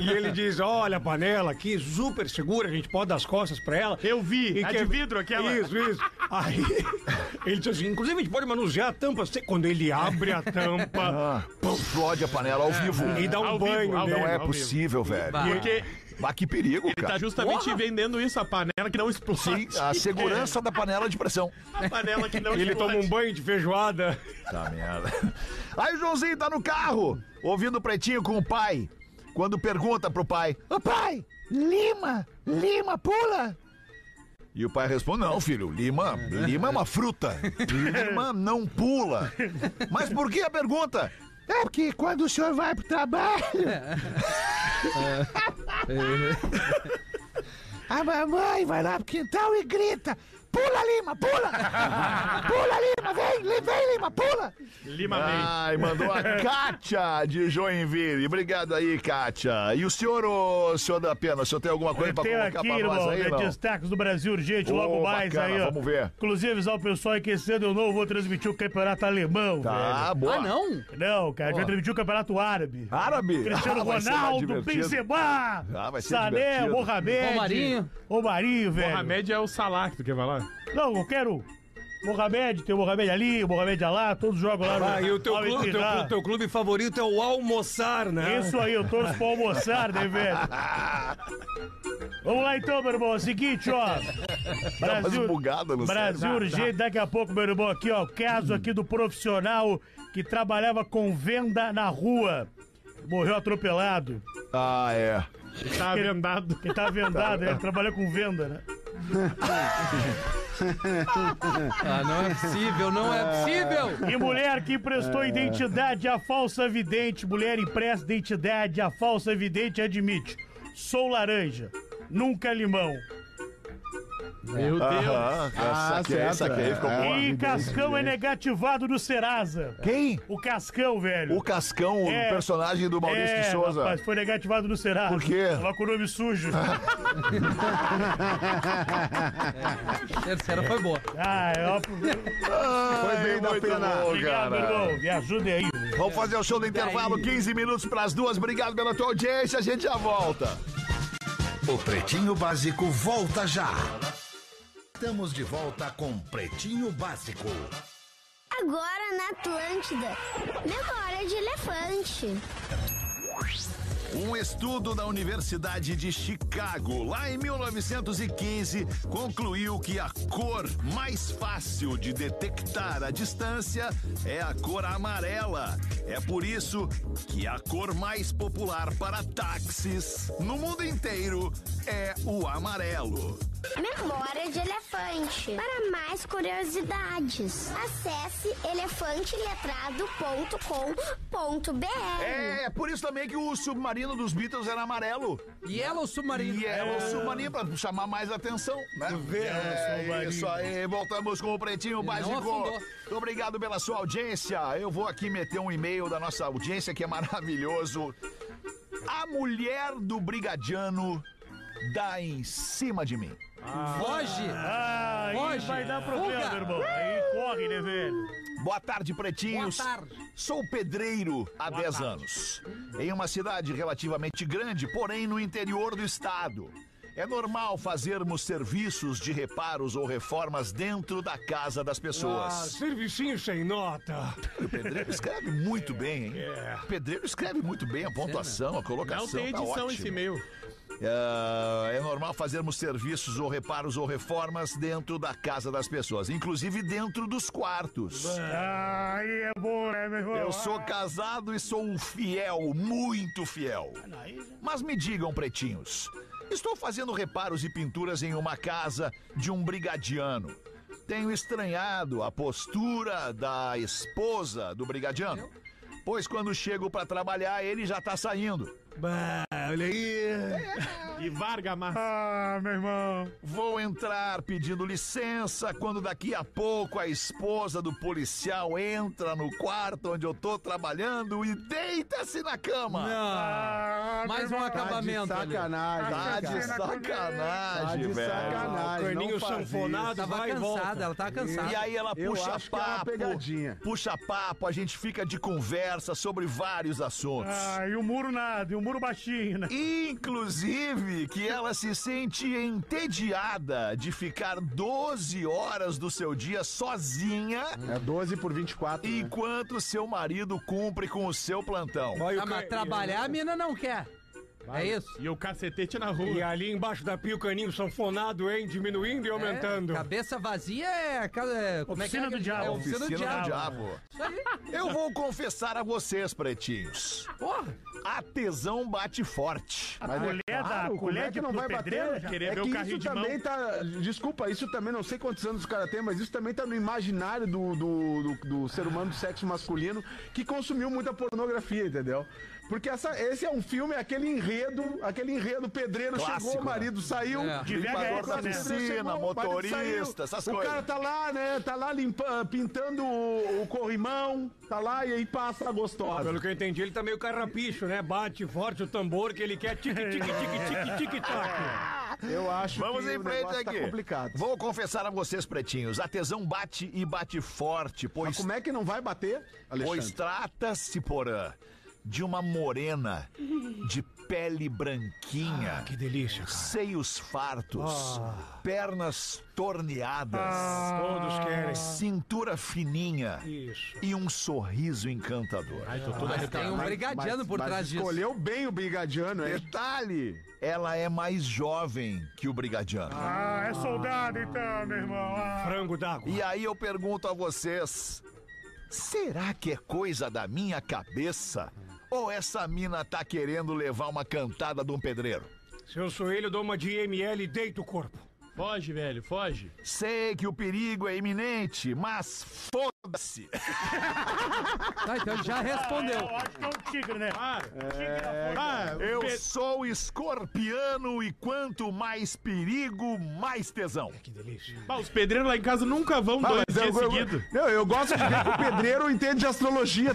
E ele diz: Olha, a panela aqui, super segura, a gente pode dar as costas pra ela.
Eu vi,
E é
a de vidro aquela.
Isso, isso. Aí ele diz assim: Inclusive, a gente pode manusear a tampa. se- Quando ele abre a tampa
Explode a panela ao vivo.
e dá um
Ao
banho
vivo, ao
nele.
vivo.
Não é
ao
possível, velho.
Porque
Bah, que perigo,
ele tá
cara.
justamente vendendo isso, a panela que não explode.
Sim, a segurança da panela de pressão.
A panela que não explode.
E ele toma um banho de feijoada.
Tá merda. Aí o Joãozinho tá no carro, ouvindo o pretinho com o pai. Quando pergunta pro pai: Ô pai, Lima, Lima, pula! E o pai responde: Não, filho, Lima, Lima é uma fruta. Lima não pula. Mas por que a pergunta? É porque quando o senhor vai pro trabalho. A mamãe vai lá pro quintal e grita: Pula, Lima, pula! Pula, Lima, vem, vem, Lima, pula!
Lima Man.
Ai, mandou a Kátia de Joinville. Obrigado aí, Kátia. E o senhor, ô, senhor da pena, o senhor tem alguma coisa
Eu
pra
tenho
colocar
aqui,
pra nós
irmão,
aí,
de
não?
destaques do Brasil urgente,
Ô,
logo mais
bacana,
aí, ó.
vamos ver.
Inclusive, avisar o pessoal que esse ano eu não vou transmitir o campeonato alemão,
Tá, boa.
Ah, não?
velho. Não, cara, a gente vai transmitir o campeonato árabe.
Árabe.
Cristiano
Ah, vai ser mais
Ronaldo,
divertido.
Benzema,
Ah, vai ser
Sané,
divertido.
Mohamed.
Romarinho.
Romarinho, velho.
Mohamed é o Salah que tu quer falar?
Não, eu quero Mohamed, tem o Mohamed ali, o Mohamed lá, todos jogam lá. no-
Ah, e o teu
Al
clube, teu,
Ittihad.
clube- teu clube favorito é o almoçar, né?
Isso aí, eu torço pra almoçar, né, velho? Vamos lá então, meu irmão. É o seguinte, ó. Brasil,
bugada, Luciano.
Brasil urgente, daqui a pouco, meu irmão, aqui, ó. o Caso aqui do profissional que trabalhava com venda na rua. Morreu atropelado.
Ah, é.
Tá vendado.
Ele tá vendado, né? ele trabalha com venda, né?
Ah, não é possível, não é possível.
E mulher que emprestou
É.
identidade à falsa vidente. Mulher empresta identidade à falsa vidente admite. Sou laranja, nunca limão.
Meu
Aham, essa aqui, essa aqui aí ficou boa.
e Cascão é negativado do Serasa.
Quem?
O Cascão, velho.
O Cascão,
É.
o personagem do Maurício de Souza.
rapaz, foi negativado do Serasa.
Por quê?
Tava com o nome sujo.
Terceira foi boa.
ah, é ó.
Foi bem da pena.
Obrigado, meu irmão. Me ajuda aí.
Vamos fazer o show do intervalo, 15 minutos pras duas. Obrigado pela tua audiência, a gente já volta.
O Pretinho Básico volta já. Estamos de volta com Pretinho Básico.
Agora na Atlântida. Memória de elefante.
Um estudo da Universidade de Chicago, lá em 1915, concluiu que a cor mais fácil de detectar à distância é a cor amarela. É por isso que a cor mais popular para táxis no mundo inteiro é
o amarelo.
Memória de Elefante. Para mais curiosidades, acesse elefanteletrado.com.br.
É, é por isso também que o submarino dos Beatles era amarelo.
Yellow Submarino. né?
E era o submarino pra chamar mais atenção, né? É, isso aí, voltamos com o Pretinho Básico.
afundou.
Muito obrigado pela sua audiência. Eu vou aqui meter um e-mail da nossa audiência que é maravilhoso. A mulher do brigadiano dá em cima de mim.
Foge.
Ah, aí
Hoje.
vai dar problema,
Fuga.
irmão. Aí corre, né, velho?
Boa tarde, pretinhos.
Boa tarde.
Sou pedreiro há 10 anos. Em uma cidade relativamente grande, porém no interior do estado. É normal fazermos serviços de reparos ou reformas dentro da casa das
Ah,
pessoas.
servicinho sem nota.
O pedreiro escreve muito bem, hein? O pedreiro escreve muito bem a pontuação, a colocação.
É. Não tem
tá
edição
ótimo.
esse e-mail.
Ah, É normal fazermos serviços ou reparos ou reformas dentro da casa das pessoas, inclusive dentro dos quartos.
Aí é bom, né, meu irmão?
Eu sou casado e sou um fiel, muito fiel. Mas me digam, pretinhos, estou fazendo reparos e pinturas em uma casa de um brigadiano. Tenho estranhado a postura da esposa do brigadiano, pois quando chego para trabalhar ele já tá saindo.
Bah, olha aí.
E Varga Massa.
Ah, meu irmão.
Vou entrar pedindo licença quando daqui a pouco a esposa do policial entra no quarto onde eu tô trabalhando e deita-se na cama.
Ah,
Mais um
meu irmão.
Tá de
acabamento ali.
sacanagem,
Tá de
cara. Tá
sacanagem,
de
velho.
sacanagem.
Corninho
não faz
chanfonado.
Tava
Vai e
cansada,
volta.
ela tava cansada.
E aí ela
Eu
puxa
acho que é uma
papo,
pegadinha.
puxa papo, a gente fica de conversa sobre vários assuntos.
Ah, e o muro nada, e o muro baixinho, né?
Inclusive que ela se sente entediada de ficar 12 horas do seu dia sozinha
isso. É 12 por 24. né?
enquanto seu marido cumpre com o seu plantão.
Olha o
Ah, mas
ca-
trabalhar a mina não quer. É isso.
E o cacetete na rua.
E ali embaixo da pia o caninho sanfonado, hein? Diminuindo e aumentando.
É, cabeça vazia é. ca- é como é que
Oficina
é?
do diabo.
É oficina, do diabo.
né?
diabo.
Isso aí.
Eu vou confessar a vocês, pretinhos.
Porra.
A tesão bate forte.
Mas é
colher da-
claro, como
colher
é que
de-
não
do
vai
pedreiro,
bater?
já.
Querer
É
ver o
que
carrinho
isso
de mão.
também tá. Desculpa, isso também não sei quantos anos os caras têm, mas isso também tá no imaginário do, do, do- do ser humano do sexo masculino que consumiu muita pornografia, entendeu? Porque essa, esse é um filme, aquele enredo, aquele enredo pedreiro
Clássico,
chegou,
né?
o marido saiu,
É.
o
De VHS,
marido
né?
pedreiro
Oficina,
chegou, o marido
motorista,
saiu,
essas
O cara
coisas.
tá lá, né? Tá lá limpa, pintando o, o corrimão, tá lá e aí passa a gostosa.
Pelo que eu entendi, ele tá meio carrapicho, né? Bate forte o tambor que ele quer tique, tique, tique, tique, tique, tac.
Eu acho
Vamos
que
em
o
frente
negócio
aqui.
tá complicado.
Vou confessar a vocês, pretinhos, a tesão bate e bate forte,
Mas
pois,
como é que não vai bater,
pois
Alexandre?
trata-se, porã, de uma morena de pele branquinha,
Ah,
Que delícia, cara.
seios fartos, pernas torneadas,
Ah.
Todos querem.
cintura fininha
Isso.
e um sorriso encantador.
Mas tem um brigadiano por
mas
trás disso.
Escolheu bem o brigadiano, hein?
Detalhe, ela é mais jovem que o brigadiano.
Ah,
tá-
é soldado então, meu irmão. Ah,
Frango d'água.
E aí eu pergunto a vocês: será que é coisa da minha cabeça? Ou essa mina tá querendo levar uma cantada de um pedreiro?
Se eu sou ele, eu dou uma de ML e deito o corpo.
Foge, velho, foge.
Sei que o perigo é iminente, mas foda-se.
Tá, então já respondeu.
eu acho que é um tigre, né?
Para.
Ah, eu
pe-
sou escorpiano e quanto mais perigo, mais tesão.
Que delícia.
Pá, os pedreiros lá em casa nunca vão
Ah,
dois
mas eu,
dias
eu-
seguidos.
não, eu gosto de ver que o pedreiro entende de astrologia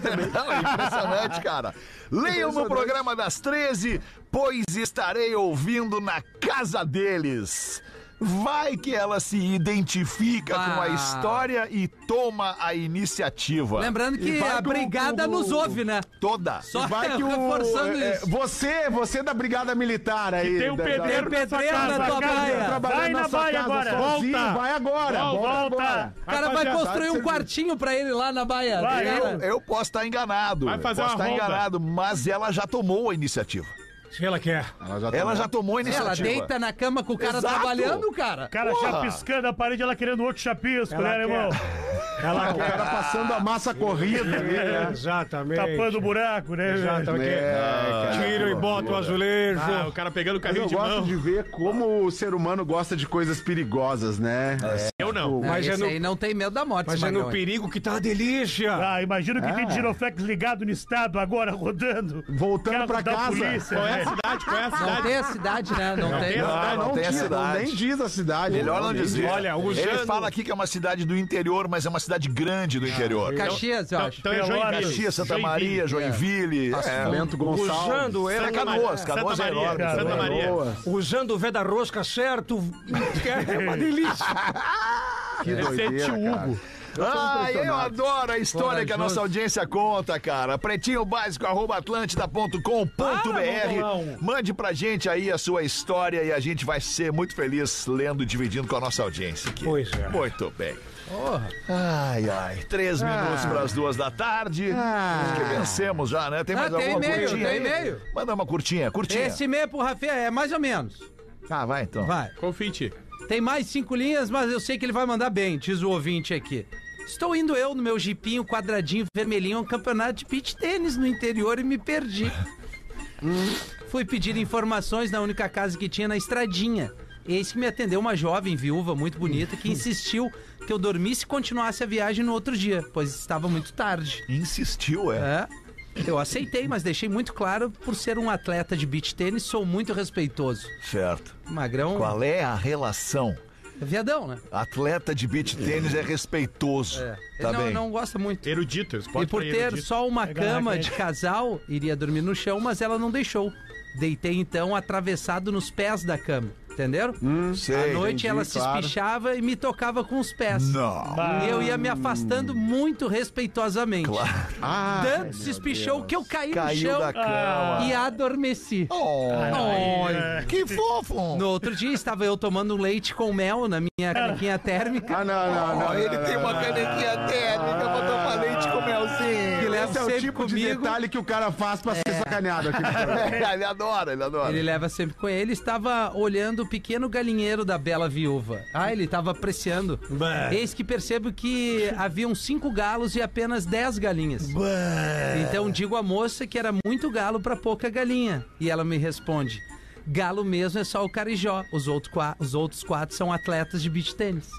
também.
Não, é impressionante, cara. Leiam no programa das 13, pois estarei ouvindo na casa deles. Vai que ela se identifica com a
Ah.
história e toma a iniciativa.
Lembrando
E
que
vai
a
do-
brigada
do-
nos ouve, né?
Toda.
Só
Vai que o.
reforçando
é, é,
isso.
você,
é
você da Brigada Militar aí.
tem um
da- da-
pedreiro
Tem pedreiro
Sua
na
casa,
tua
sua casa,
praia.
trabalhando
Vai na
sua
baia
casa
agora.
sozinho,
Volta.
Vai agora.
Vol-
bora,
volta.
bora.
O cara vai
Rapaziada,
construir um
serviço.
quartinho pra ele lá na Baia. né? É,
Vai,
Cara,
Eu posso estar enganado.
Vai fazer
posso
uma
estar
ronda.
enganado, mas ela já tomou a iniciativa.
Se ela quer.
Ela já
Ela
tomou.
já tomou a iniciativa.
Ela deita na cama com o cara
Exato.
trabalhando, cara.
O cara chapiscando a parede, ela querendo outro chapisco,
Ela
né,
quer.
irmão?
Ela
O cara
quer.
passando a massa
Ah,
corrida ali, né? É,
Exatamente.
Tapando o buraco, né? velho?
é.
Exatamente. Tiro e bota o azulejo.
Ah, o cara pegando o
Mas
carrinho
eu
de
gosto
mão.
de ver como o ser humano gosta de coisas perigosas, né?
É,
Eu não.
Não,
Mas
esse
é no-
aí não tem medo da morte,
Mas é
Magrão,
no
hein?
perigo que tá uma delícia.
Ah, imagino que tem giroflex ligado no estado agora, rodando.
Voltando
Carro
pra
da
casa.
polícia, né?
Qual é a
velho.
cidade? Qual é a
Não
cidade?
tem a cidade, né? Não, tem.
tem a
Ah,
cidade.
não,
não tem a
diz,
cidade.
nem diz a cidade.
Melhor não
nem
dizer.
diz.
Olha, o
Ele
Jano-
fala aqui que é uma cidade do interior, mas é uma cidade grande do interior.
Caxias, eu
Então,
acho.
então é Joinville.
Caxias, Santa
Joinville.
Maria, Joinville. É.
Bento
O
Gonçalves.
Jando era
É Canoas, Canoas
Santa
é
Maria,
enorme.
Santa
também.
Maria.
Boas.
Usando o V da rosca certo, é uma delícia.
Que
Esse é
doideira,
tio
cara.
Hugo.
Ah, eu adoro a história que a nossa
Corajoso.
audiência conta, cara. Pretinho básico, arroba atlântida.com.br. Mande pra gente aí a sua história e a gente vai ser muito feliz lendo e dividindo com a nossa audiência aqui.
Pois é.
Muito bem. Ai, ai.
Ah.
Três minutos para as duas da tarde. Acho que vencemos já, né? Tem mais
Ah, tem
alguma
e-mail,
curtinha
tem
aí?
e-mail.
Manda uma curtinha, curtinha.
Esse meio pro Rafinha é mais ou menos.
Ah, vai então.
Vai.
Confite.
Tem mais cinco linhas, mas eu sei que ele vai mandar bem, diz o ouvinte aqui. Estou indo eu no meu jipinho quadradinho vermelhinho a um campeonato de beach tênis no interior e me perdi. Hum. Fui pedir informações na única casa que tinha na estradinha. Eis que me atendeu uma jovem viúva muito bonita que insistiu que eu dormisse e continuasse a viagem no outro dia, pois estava muito tarde.
Insistiu, é.
É. Eu aceitei, mas deixei muito claro, por ser um atleta de beach tênis, sou muito respeitoso.
Certo.
Magrão,
Qual é a relação?
viadão, né?
Atleta de beach tênis é respeitoso.
É. Ele
Tá
não,
bem.
não gosta muito.
Erudito. eles podem
e por
falar
ter
erudito.
só uma cama
garrafa
de casal, iria dormir no chão, mas ela não deixou. Deitei então atravessado nos pés da cama, entenderam?
Hum,
à
Sei,
noite
entendi,
ela se
claro.
espichava e me tocava com os pés.
Não.
E eu ia me afastando muito respeitosamente.
Ah,
Tanto se espichou que eu caí no
Caiu
chão
da cama.
e adormeci.
Oh,
Ai.
que fofo!
No outro dia estava eu tomando leite com mel na minha canequinha térmica.
ah, não, não, não.
Oh,
é-
ele tem uma canequinha térmica pra
um
tomar leite com
que
melzinho. É.
leva
Esse é o
sempre
tipo de
comigo.
detalhe que o cara faz pra ser sacaneado aqui. no programa.
ele adora, ele adora.
Ele leva sempre com ele. Estava olhando o pequeno galinheiro da bela viúva. Ah, ele estava apreciando. Eis que percebo que haviam cinco galos e apenas dez galinhas. Então digo à moça que era muito galo para pouca galinha. E ela me responde: Galo mesmo é só o carijó. Os, outro qua- os outros quatro são atletas de beach tênis.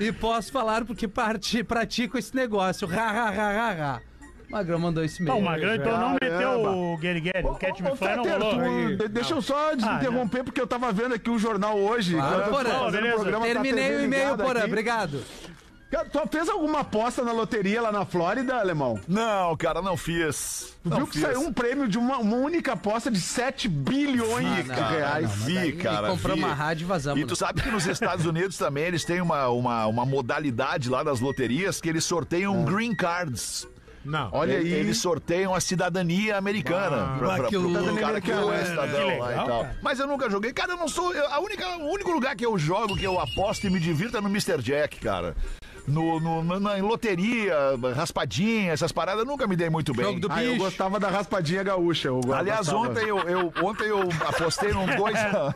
E posso falar porque parti, pratico esse negócio. Ha, ha, ha, ha, ha. Magrão mandou esse
Não,
mesmo.
o Magrão então não meteu o Gary Gary. O Cat Me "É Fly não
Fetter,
rolou. Ah,
tu- de- deixa eu só te interromper, porque eu tava vendo aqui o jornal hoje.
Claro,
enquanto eu
Porã.
tava fazendo
Beleza.
programa, tá a
Terminei
TV
o e-mail,
ligada
Porã.
aqui.
Obrigado.
Cara, Tu fez alguma aposta na loteria lá na Flórida, alemão?
Não, cara, não fiz.
Tu
Não
viu que
fiz.
saiu um prêmio de uma, uma única aposta de 7 bilhões
Ah,
Vi,
de
cara,
reais.
vi,
Daí
cara.
compramos
vi.
uma rádio e vazamos.
E tu sabe que nos Estados Unidos também eles têm uma, uma, uma modalidade lá das loterias que eles sorteiam green cards.
Não.
Olha aí.
Eles sorteiam a cidadania americana. pra, pra,
que
pro
louco,
cara que não é
cara.
cidadão
Que
lá e
legal,
tal. Mas eu nunca joguei. Cara, eu não sou. eu- a única, o único lugar que eu jogo, que eu aposto e me divirto é no Mr. Jack, cara. No, no- na- na, em loteria, raspadinha, essas paradas, eu nunca me dei muito bem.
Jogo do
Ah, eu
bicho.
gostava da raspadinha gaúcha. eu
Aliás,
gostava.
ontem eu, eu- ontem eu apostei num 2 a...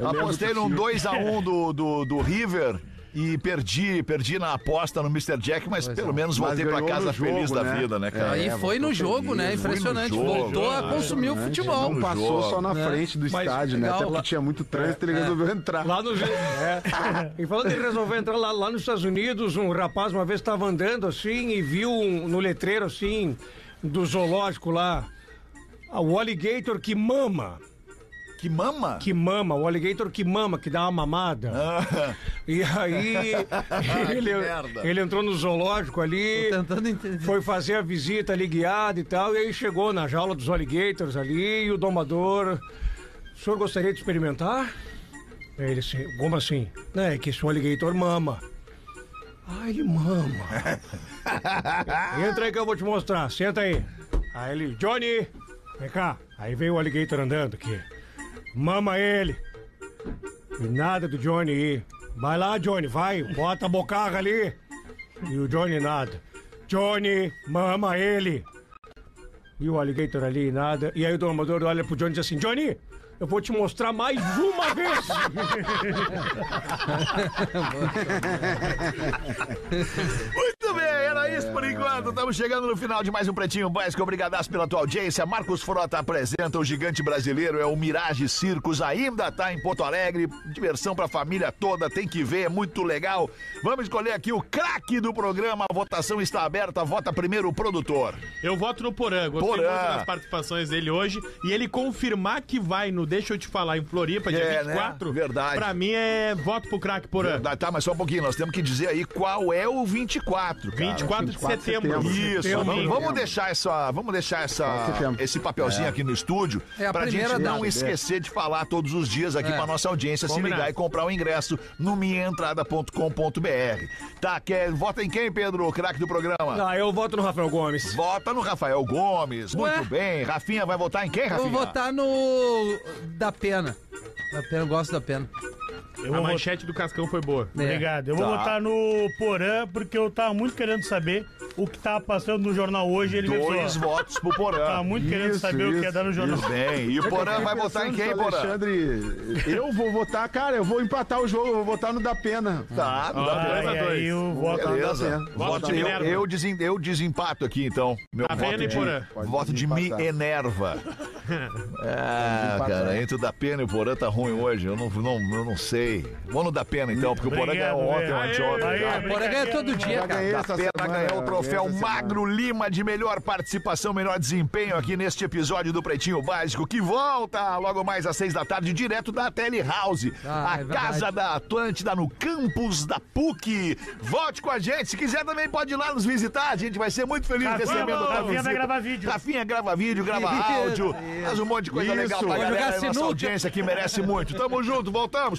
um. Apostei num 2x1 do, do, do River e perdi, perdi na aposta no Mr. Jack, mas pelo menos
é. Mas
voltei pra
ganhou
casa
no jogo,
feliz da
né?
vida, né, cara?
Aí
É,
foi no
voltou
jogo,
feliz,
né?
foi no
Impressionante.
jogo,
Voltou
né?
a consumir o futebol.
Não passou
jogo.
só na
Né?
frente do
Mas
estádio, né?
legal. É.
Até porque tinha muito trânsito, ele resolveu entrar.
Lá no. É. E falando em resolver entrar lá, lá nos Estados Unidos, um rapaz uma vez estava andando assim e viu um- no letreiro assim do zoológico lá o alligator que mama.
Que mama!
Que mama, o alligator que mama, que dá uma mamada. E aí ele,
Ah. merda.
ele entrou no zoológico ali.
Tentando entender.
Foi fazer a visita ali guiada e tal, e aí chegou na jaula dos alligators ali, e o domador. O senhor gostaria de experimentar? Aí Ele assim, como assim? Não, é que esse alligator mama. Ah, ele mama. Entra aí que eu vou te mostrar, senta aí. Aí ele, Johnny, vem cá. Aí veio o alligator andando aqui. Mama ele. E nada do Johnny ir. Vai lá, Johnny, vai, bota a bocarra ali. E o Johnny nada. Johnny, mama ele. E o alligator ali, nada. E aí o domador olha pro Johnny e diz assim, Johnny, eu vou te mostrar mais uma vez.
Muito bem, era isso por enquanto. Estamos chegando no final de mais um Pretinho Básico. Obrigadaço pela tua audiência. Marcos Frota apresenta o gigante brasileiro. É o Mirage Circos. Ainda está em Porto Alegre. Diversão para a família toda. Tem que ver, é muito legal. Vamos escolher aqui o craque do programa. A votação está aberta. Vota primeiro o produtor.
Eu voto no Porã. Gostei
Porã.
muito das participações dele hoje. E ele confirmar que vai no Deixa Eu Te Falar em Floripa, dia
É, né?
24.
Verdade.
Pra mim é voto pro craque Porã.
Tá, tá, mas só um pouquinho. Nós temos que dizer aí qual é o 24, cara.
24, de
24 de
setembro.
setembro.
Isso,
Setembro.
vamos, vamos deixar essa, vamos deixar essa,
Setembro.
esse papelzinho aqui no estúdio
É a
pra gente
primeira
não
data. É.
esquecer de falar todos os dias aqui pra nossa audiência se
Combinado.
ligar e comprar o ingresso no minhaentrada.com.br. Tá, quer, vota em quem, Pedro, o craque do programa?
Ah, eu voto no Rafael Gomes.
Vota no Rafael Gomes. Muito
Ué?
bem. Rafinha vai votar em quem, Rafinha?
assim,
Vou votar no. Da pena. Da pena, eu gosto da pena.
A manchete do Cascão foi boa.
É.
Obrigado. Eu vou
Tá.
votar no Porã, porque eu tava muito querendo saber o que tava passando no jornal hoje. Ele
Dois
me
votos pro
Tava
Porã.
Tá muito querendo
Isso,
saber o que ia
isso,
dar no jornal.
Muito bem. E o Porã vai votar em quem,
Pensando se o
Porã?
Alexandre, eu vou votar, cara, eu vou empatar o jogo, eu vou votar no da pena.
Tá,
Ah,
tá
dois
Ah,
a
e
dois.
aí eu
É,
voto
Beleza.
Voto
assim, Voto
de
eu,
Minerva.
eu, desen- eu desempato aqui, então. Meu
Tá
voto
vendo,
de,
Porã?
Pode
voto de me
desempatar.
enerva. Ah,
Desempatar.
cara, entre o da pena e o Porã tá ruim hoje. Eu não, não, eu não sei. Vou no da pena, então, porque o Porã
Obrigado,
ganhou ontem, um
velho.
anteontem.
Aê,
cara.
aê.
Porã ganha todo dia,
Já
cara.
ganhei
Da
essa
Pena
semana,
ganhou o troféu
ganhei essa
Magro Lima de melhor participação, melhor desempenho aqui neste episódio do Pretinho Básico, que volta logo mais às seis da tarde, direto da Tele House,
Ah,
a
é verdade.
Casa da Atlântida, no campus da PUC. Volte com a gente, se quiser também pode ir lá nos visitar, a gente vai ser muito feliz
Rafinha,
recebendo a tua
Rafinha vai
visita.
gravar vídeo.
Rafinha grava vídeo, grava
Isso,
áudio, faz um monte de coisa legal pra
Vai
jogar
galera, e nossa
sinuca.
audiência que merece muito. Tamo junto, voltamos,